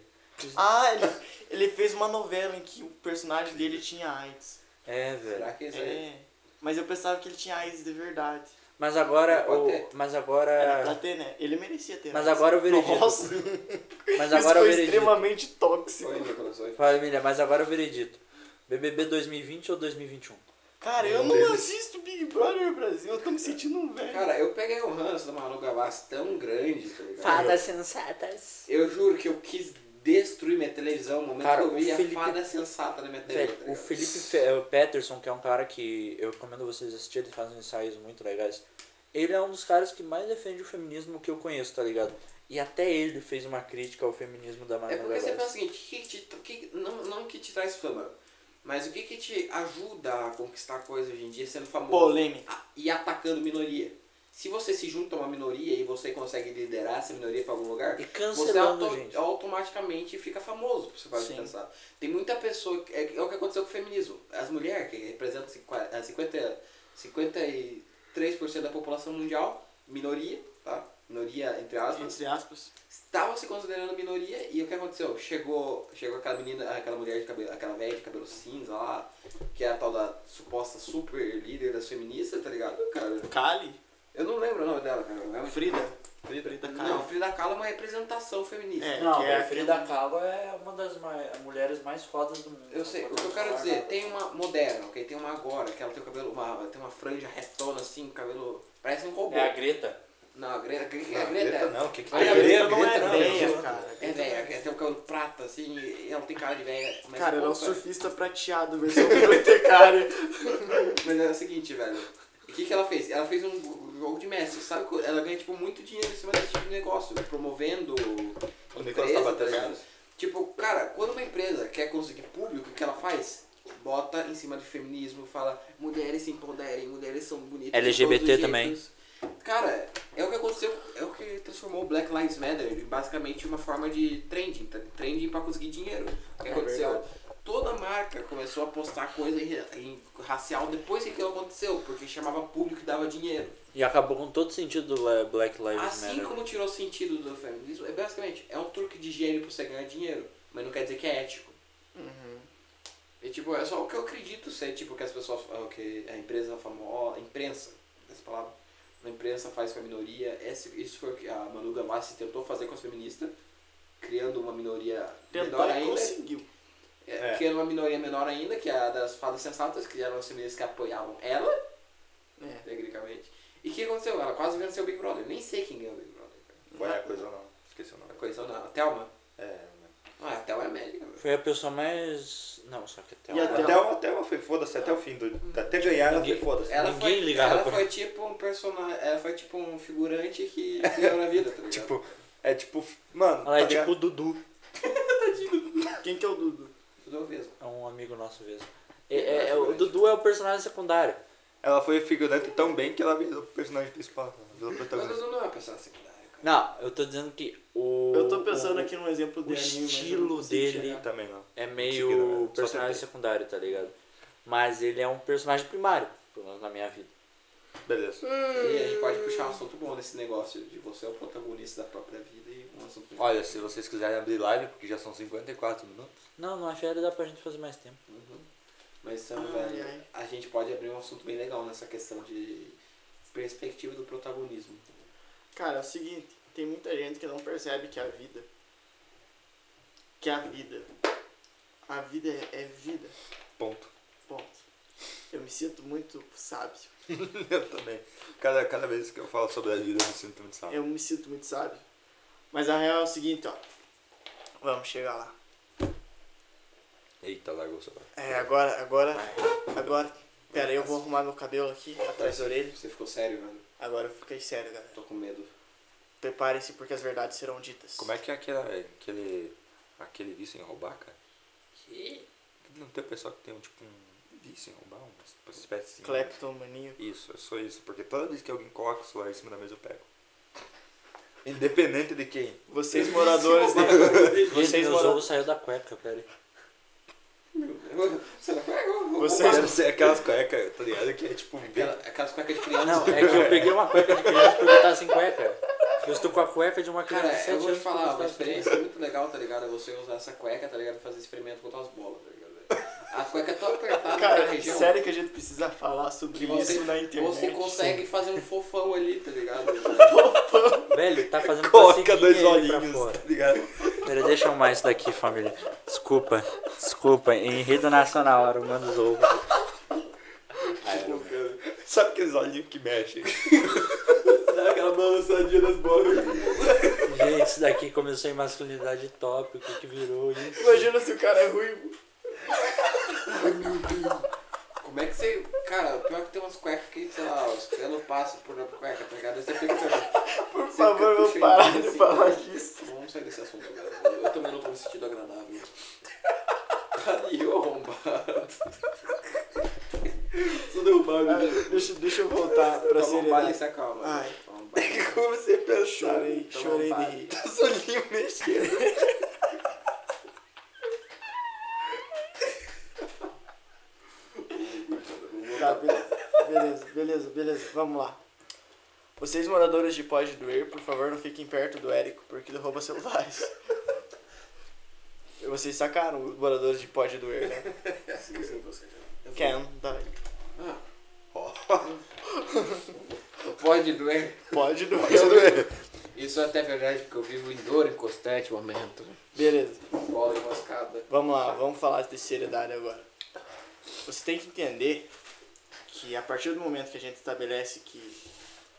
Ah, ele, ele fez uma novela em que o personagem dele tinha AIDS.
É, velho.
Será que isso aí?
É. Mas eu pensava que ele tinha AIDS de verdade.
Mas agora.
Pode
O,
ter.
mas
Era pra
agora.
ter, né? Ele merecia ter.
É. Mas
AIDS.
agora o veredito.
Nossa,
Mas
isso
agora o
foi
veredito.
extremamente
É.
tóxico.
Oi, Nicolas, oi.
Família, mas agora o veredito. BBB 2020 ou 2021?
Cara, eu não assisto Big Brother Brasil. Eu tô me sentindo um velho.
Cara, eu peguei um ranço da Manu Gavassi tão grande, tá ligado?
sensatas.
Eu juro que eu quis destruir minha televisão no momento
Cara,
que eu vi
o
a
Felipe-
fada sensata da minha televisão. tá
Velho, o
ligado?
Felipe Fe- Peterson, que é um cara que eu recomendo vocês assistirem, ele faz uns ensaios muito legais. Ele é um dos caras que mais defende o feminismo que eu conheço, tá ligado? E até ele fez uma crítica ao feminismo da
É
Marina
porque você pensa o
Gavassi.
seguinte, que que te- que- não, não que te traz fama, mas o que, que te ajuda a conquistar coisas hoje em dia sendo famoso
Polêmica.
A- e atacando minoria. Se você se junta a uma minoria e você consegue liderar essa minoria para algum lugar, você
E
é
cancelando,
auto-
gente.
automaticamente fica famoso, você pode
Sim.
pensar. Tem muita pessoa, que- é, é o que aconteceu com o feminismo. As mulheres, que representam cinqua- eh, 50, 53% da população mundial, minoria, tá? Minoria entre aspas
Entre aspas.
estavam se considerando minoria e o que aconteceu? Chegou, chegou aquela menina, aquela mulher de cabelo, aquela velha de cabelo cinza lá, que é a tal da suposta super líder das feministas, tá ligado? Cara,
Cali?
eu não lembro o nome dela, cara. Não, lembro.
Frida? Frida Kahlo.
não Frida Kahlo é uma representação feminista.
É.
Não,
que
velho,
aquele-
Frida Kahlo é uma das mai- mulheres mais fodas do mundo.
Eu sei, o que eu quero dizer,
tá.
tem uma moderna, ok? Tem uma agora, que ela tem o cabelo, uma, tem uma franja retona assim, cabelo. Parece um robô.
É a Greta.
Não, a Greta. A Greta,
Não,
a Greta-
Greta não, o que que
Aí
tem?
a Greta
não é
não, né?
velha,
não.
cara.
É velha, ela tem o cabelo prata, assim, e ela tem cara de velha. mas
Cara, ele é um
pouco, né?
surfista prateado, versão bibliotecária.
Mas é o seguinte, velho. O que, que ela fez? Ela fez um jogo de mestre. Sabe que ela ganha, tipo, muito dinheiro em cima desse tipo de negócio. Promovendo
O Nicolas tá
empresa, tá
batendo.
ligado? Tipo, cara, quando uma empresa quer conseguir público, o que ela faz? Bota em cima de feminismo, fala mulheres se empoderem, mulheres são bonitas. de
LGBT
todos os
também.
jeitos." Cara, é o que aconteceu, é o que transformou o Black Lives Matter em basicamente uma forma de trending, tá? trending pra conseguir dinheiro. O que aconteceu? Toda marca começou a postar coisa em, em racial depois que aquilo aconteceu, porque chamava público e dava dinheiro.
E acabou com todo o sentido do Le- Black Lives
Assim
Matter.
como tirou o sentido do feminismo, é basicamente é um truque de higiene pra você ganhar dinheiro, mas não quer dizer que é ético. E tipo, é só o que eu acredito ser, tipo, que as pessoas. ah, que a empresa famosa. A imprensa, essa palavra. A imprensa faz com a minoria. Esse, isso foi o que a Manu Gavassi tentou fazer com as feministas, criando uma minoria
Tentou
menor
e
ainda.
conseguiu.
É, Criando uma minoria menor ainda, que é a das fadas sensatas, que eram as feministas que apoiavam ela,
É.
tecnicamente. E o que aconteceu? Ela quase venceu o Big Brother. Nem sei quem ganhou o Big Brother. cara.
Qual é a coisa ou não? Esqueci o nome.
A coisa não. A Thelma?
É, né?
Ah, a Thelma é médica, meu.
Foi a pessoa mais. Não, só que até
E a-
ela.
Até,
Até
o- até ela foi foda-se, até o fim do. Até ganhar ela foi
Ninguém-
foda-se.
Ela
Ninguém
foi,
ligava
ela
pra-
foi tipo um personagem. Ela foi tipo um figurante que ganhou na vida, tá ligado?
Tipo, é tipo. Mano,
Ela é
tá
tipo
ligado?
o Dudu.
Quem que é o Dudu?
tudo mesmo.
É um amigo nosso mesmo. É- é- é- o Dudu é o personagem secundário.
Ela foi figurante tão bem que ela virou o personagem principal. Virou
Mas
protagonista.
eu não é uma pessoa secundária, cara.
Não, eu tô dizendo que o.
Eu tô pensando
o-
aqui num exemplo
o
de anime, mas eu não
estilo
consigo
dele-
chegar.
Também não.
É
Consegui,
meio
né? Só
personagem
tentei.
secundário, tá ligado? Mas ele é um personagem primário, pelo menos na minha vida.
Beleza.
E a gente pode puxar um assunto bom nesse negócio de você é o protagonista da própria vida e um assunto bom.
Olha, se vocês quiserem abrir live, porque já são 54 minutos.
Não, numa férias dá pra gente fazer mais tempo.
Uhum. Mas então,
Ai,
velho,
ai.
a gente pode abrir um assunto bem legal nessa questão de perspectiva do protagonismo.
Cara, é o seguinte, tem muita gente que não percebe que a vida. Que a vida. A vida é, é vida.
Ponto.
Ponto. Eu me sinto muito sábio.
Eu também. Cada, cada vez que eu falo sobre a vida, eu me sinto muito sábio.
Eu me sinto muito sábio. Mas a real é o seguinte, ó. Vamos chegar lá.
Eita, largou o celular.
É, agora, agora, agora. Pera aí, eu vou arrumar meu cabelo aqui atrás da orelha.
Você ficou sério, velho?
Agora eu fiquei sério, galera.
Tô com medo.
Preparem-se porque as verdades serão ditas.
Como é que é aquele, aquele, aquele vício em roubar, cara? Que? Não tem o pessoal que tem um, tipo, um vício em roubar? Uma espécie assim.
Cleptomania.
Isso, é só isso. Porque toda vez que alguém coloca o celular em cima da mesa, eu pego. Independente de quem.
Vocês moradores de...
Gente,
Vocês
meus
moram-
ovos saiu da cueca, peraí.
Será que é?
Vocês...
Deve ser aquelas cuecas, tá ligado? Que é tipo bem...
Aquela, aquelas cuecas de criança.
Não, é que eu peguei uma cueca de criança porque eu tava sem cueca. Eu estou com a cueca de uma criança
Cara,
de 7
eu
anos.
vou te
porque
falar,
eu
uma
tava sem
experiência muito legal, tá ligado? É Você usar essa cueca, tá ligado? Fazer experimento com as bolas, tá ligado? A cueca é tão apertada na
Cara,
região
sério que a gente precisa falar
que
sobre
você,
isso na internet.
você consegue fazer um fofão ali, tá ligado?
cueca. Velho, tá fazendo
Coloca
cóceguinha
dois
ele pra
olhinhos,
fora.
tá ligado?
Peraí, deixa eu arrumar isso daqui, família. Desculpa, desculpa. Em rede nacional, arrumando os ovos.
Sabe aqueles olhinhos que mexem?
Dá aquela balançadinha nas bolas.
Gente, isso daqui começou em masculinidade top, o que que virou isso?
Imagina se o cara é ruivo.
Como é que você. Cara, pior que tem umas cuecas que, sei lá, os pelos passam por na cueca, tá ligado? Aí Você fica.
Por
Você
favor, vamos
fica puxando
parar de
assim.
falar disso.
Vamos sair desse assunto, galera. Eu, eu também não tô me sentindo agradável. E eu arrombado. Sou derrubado.
Ah,
né?
deixa, deixa eu voltar pra
Toma um bala e
seriedade.
se acalma.
Ai.
Toma um bala.
Como você pensar?
Chorei,
Toma um
chorei de
bala.
rir.
Os olhinhos
né?
mexendo.
Tá, beleza, beleza, beleza, beleza, vamos lá. Vocês moradores de Pode Doer, por favor, não fiquem perto do Érico, porque ele rouba celulares. Vocês sacaram os moradores de Pode Doer, né? um? Can, da...
Pode doer.
Pode Doer.
Isso é até verdade, porque eu vivo em dor em constante momento.
Beleza,
Bola enroscada.
vamos lá, vamos falar de seriedade agora. Você tem que entender que a partir do momento que a gente estabelece que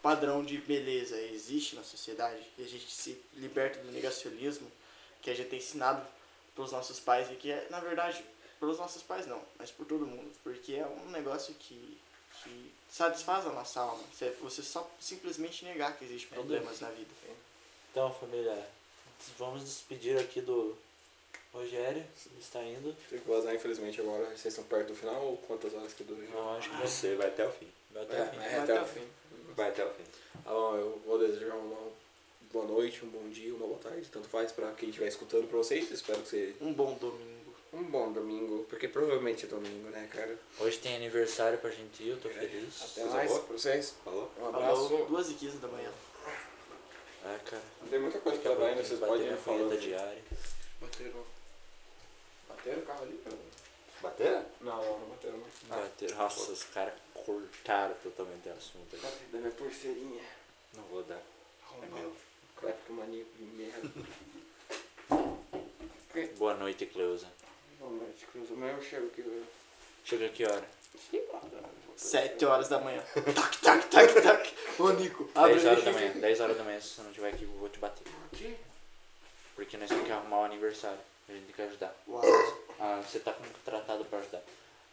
padrão de beleza existe na sociedade e a gente se liberta do negacionismo que a gente é ensinado pelos nossos pais e que é, na verdade, pelos nossos pais não, mas por todo mundo, porque é um negócio que, que satisfaz a nossa alma. Você- Você só simplesmente negar que
É
existem problemas na vida.
Então, família, vamos despedir aqui do Rogério, ele está indo.
Tem que vazar, infelizmente, agora. Vocês estão perto do final ou quantas horas que dura?
Não, acho que vai
Você vai até o fim.
vai até o fim.
É, até o fim.
Vai até o fim.
Alô, eu vou desejar uma boa noite, um bom dia, uma boa tarde, tanto faz pra quem estiver escutando pra vocês. Espero que você
Um bom domingo.
um bom domingo, porque provavelmente é domingo, né, cara?
Hoje tem aniversário pra gente ir, eu tô feliz.
Até mais
boa.
pra vocês.
Falou?
Um abraço.
Falou, 2h15 da manhã.
Ah, cara.
Tem muita coisa
Daqui
pra
a
dar
pouco
ainda,
vocês
Tá vocês
bater
podem ir
minha
falando.
punheta diária.
Bateram. Bateram o carro ali, Ah, cara?
Bater?
Não, não, não bateram. É. não.
Bater. Nossa, os caras cortaram totalmente o assunto. aqui.
Cadê minha pulseirinha?
Não vou dar. É meu.
Cleptomaníaco de merda.
Boa noite, Cleusa.
Boa noite, Cruz. Amanhã eu chego aqui, velho.
Chega que hora?
Sei lá, velho.
7 horas da manhã. Tac, tac, tac, tac. Ô, Nico, abre
10 horas da
aí.
manhã. 10 horas da manhã, se você não tiver aqui, eu vou te bater.
Por quê?
Porque nós temos que arrumar o aniversário. A gente tem que ajudar.
Uau.
Ah, você tá contratado pra ajudar.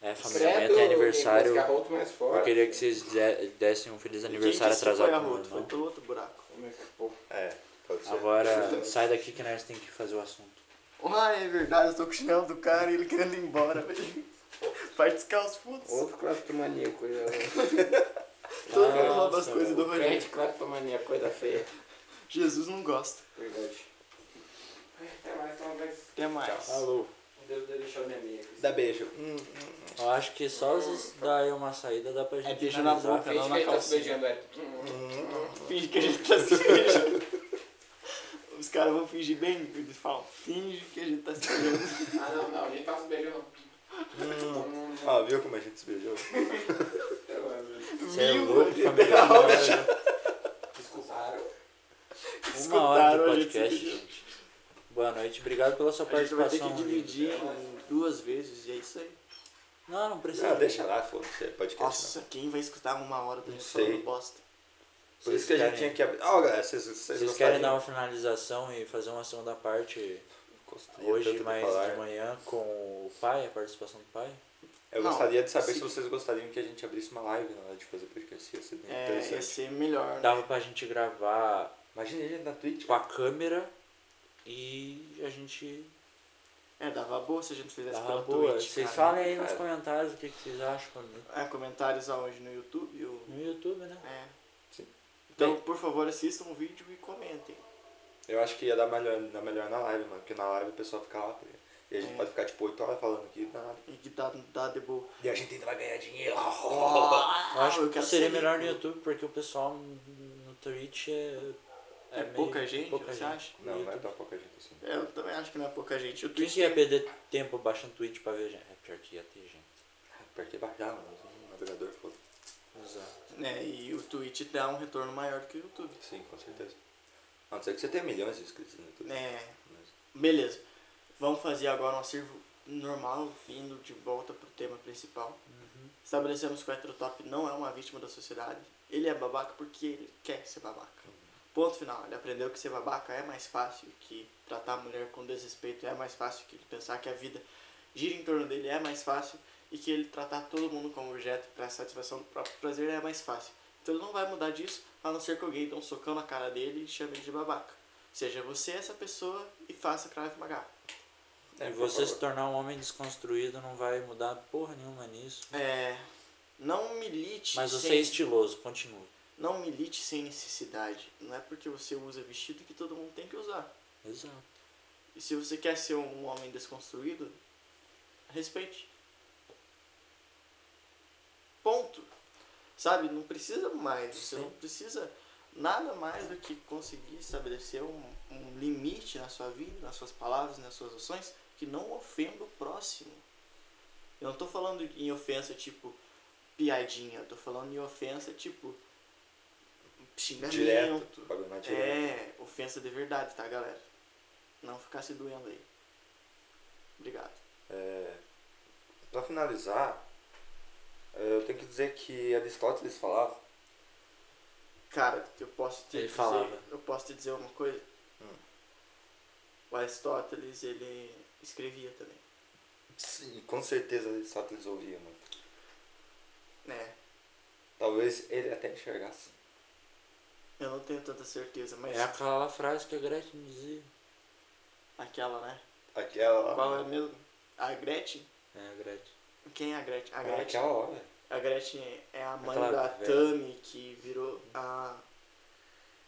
É, família, amanhã
Credo,
tem
Nicolas,
aniversário.
Garroto mais forte.
Eu queria que vocês de- dessem um feliz aniversário
Quem disse que foi
atrasado né?
a
pro meu
Ruth? Foi
irmão.
pelo outro buraco.
Como é que, pô?
É, pode ser.
Agora, sai daqui que nós temos que fazer o assunto.
Ah, é verdade, eu tô com o chinelo do cara e ele querendo ir embora, velho. Vai descar os putos.
Outro cleptomaníaco. já.
Todo mundo rouba as
Ah, Nossa,
coisas do Rogério.
Gente, cleptomaníaco, coisa feia.
Jesus não gosta.
Verdade. Até mais, então, talvez.
Até mais.
Alô.
Devo deixar minha meia aqui.
Dá beijo.
Eu acho que só se dar aí uma saída dá pra gente.
É beijo na
finalizar.
boca.
Finge
Não, na
que ele tá se
calcinha.
beijando, velho.
Finge que a gente tá se beijando. Os caras vão fingir bem, eles falam, finge que a gente tá se beijando.
Ah, não, não, ele tá se beijando. Hum.
Ah, viu como a gente se beijou?
Você é
Mil,
louco,
gente,
família.
não,
Uma
gente,
hora-
Escutaram?
Uma hora
Escutaram,
de
a gente se
podcast,
beijou.
gente. Boa noite, obrigado pela sua
A gente vai ter
participação.
que dividir em duas vezes e é isso aí.
Não, não precisa.
Ah, deixa lá, foda-se, é podcast.
Nossa, quem vai escutar uma hora da
Não
gente
sei.
falando bosta?
não. Por isso que a gente tinha que abrir. Ó, galera, vocês, vocês,
Vocês
gostaram?
querem dar uma finalização e fazer uma segunda parte
Gostaria tanto
hoje,
um de
mais
falar.
de manhã, com o pai, a participação do pai?
Eu
Não,
gostaria de saber
se-
se vocês gostariam que a gente abrisse uma live na hora de fazer podcast. Ia ser bem
É,
interessante.
ia ser melhor. né?
Então, Dava pra gente gravar
Imagina a gente na Twitch.
com a câmera e a gente
É, dava boa se a gente fizesse pela
dava boa.
Twitch.
Vocês
cara.
falem aí nos
cara.
comentários o que, que vocês acham né?
É, comentários aonde? No YouTube? Ou...
no YouTube, né?
É.
Sim.
Então, por favor, assistam o vídeo e comentem.
Eu acho que ia dar melhor, dar melhor na live, mano. Porque na live o pessoal fica lá. tá ligado? E a gente
É.
pode ficar tipo 8 horas falando aqui. nada.
E que dá, dá de boa. Ah,
E a gente ainda vai ganhar dinheiro. Ah,
Eu acho
eu
que
quero
seria
ser
melhor no
rico.
YouTube porque o pessoal no Twitch é.
É, pouca gente, você acha?
Não, não é tão pouca gente assim.
É, Eu também acho que não é pouca gente. O
Quem
Twitch
que ia perder tempo baixando Twitch pra ver gente? É pior que ia ter gente.
Porque baixar, mano. Um navegador, foda-se.
Exato.
né, e o Twitch dá um retorno maior do que o YouTube.
Sim, com certeza. A não ser que você tenha milhões de inscritos no YouTube.
É,
Mas-
beleza. Vamos fazer agora um acervo normal, vindo de volta pro tema principal. Estabelecemos que o heterotop não é uma vítima da sociedade. Ele é babaca porque ele quer ser babaca. Ponto final. Ele aprendeu que ser babaca é mais fácil, que tratar a mulher com desrespeito é mais fácil, que ele pensar que a vida gira em torno dele é mais fácil e que ele tratar todo mundo como objeto para satisfação do próprio prazer é mais fácil. Então ele não vai mudar disso, a não ser que alguém dê um socão na cara dele e chame ele de babaca. Seja você essa pessoa e faça Krav Maga.
É,
e
por
você se
favor.
tornar um homem desconstruído não vai mudar porra nenhuma nisso.
É, não milite
Mas você é
sem,
estiloso, continue.
não milite sem necessidade. Não é porque você usa vestido que todo mundo tem que usar.
Exato.
E se você quer ser um homem desconstruído, respeite. Ponto. Sabe, não precisa mais, você não precisa nada mais do que conseguir estabelecer um, um limite na sua vida, nas suas palavras, nas suas ações, que não ofenda o próximo. Eu não tô falando em ofensa tipo piadinha, eu tô falando em ofensa tipo xingamento.
Direto. Bagulho na direto.
É, ofensa de verdade, tá, galera? Não ficar se doendo aí. Obrigado.
É, pra finalizar, é, eu tenho que dizer que Aristóteles falava.
Cara, eu posso te
Ele
dizer,
falava.
eu posso te dizer uma coisa.
Hum.
O Aristóteles, ele escrevia também,
Sim, com certeza é Aristóteles ouvia, mano.
né?
Talvez ele até enxergasse.
Eu não tenho tanta certeza, mas
É aquela frase que a Gretchen dizia.
aquela, né?
Aquela lá.
Qual é
mano.
mesmo? A Gretchen?
É, a Gretchen.
Quem é a Gretchen? A
Ah,
Gretchen,
Aquela lá, velho.
a Gretchen é a mãe
Aquela
da
velha.
Tami que virou a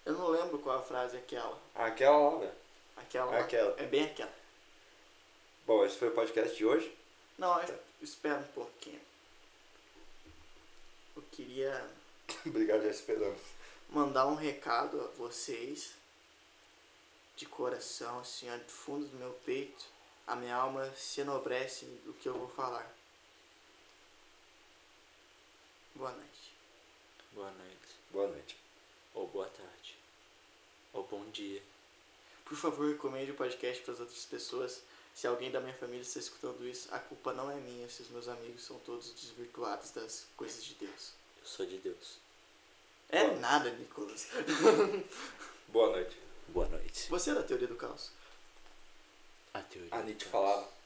Eu não lembro qual a frase é aquela.
Aquela lá, velho.
Aquela. lá.
Aquela.
É bem aquela.
Bom, esse foi o podcast de hoje.
Não, eu- espera um pouquinho. Eu queria
Obrigado, já esperamos.
mandar um recado a vocês, de coração, assim, ó, do fundo do meu peito. A minha alma se enobrece do que eu vou falar. Boa noite.
Boa noite.
Boa noite.
Ou boa tarde. Ou bom dia.
Por favor, recomende o podcast para as outras pessoas. Se alguém da minha família está escutando isso, a culpa não é minha se os meus amigos são todos desvirtuados das coisas de Deus.
Eu sou de Deus.
É
Boa.
nada, Nicolas.
Boa noite.
Boa noite.
Você é da teoria do caos?
A teoria.
A
do
Nietzsche
caos.
falava.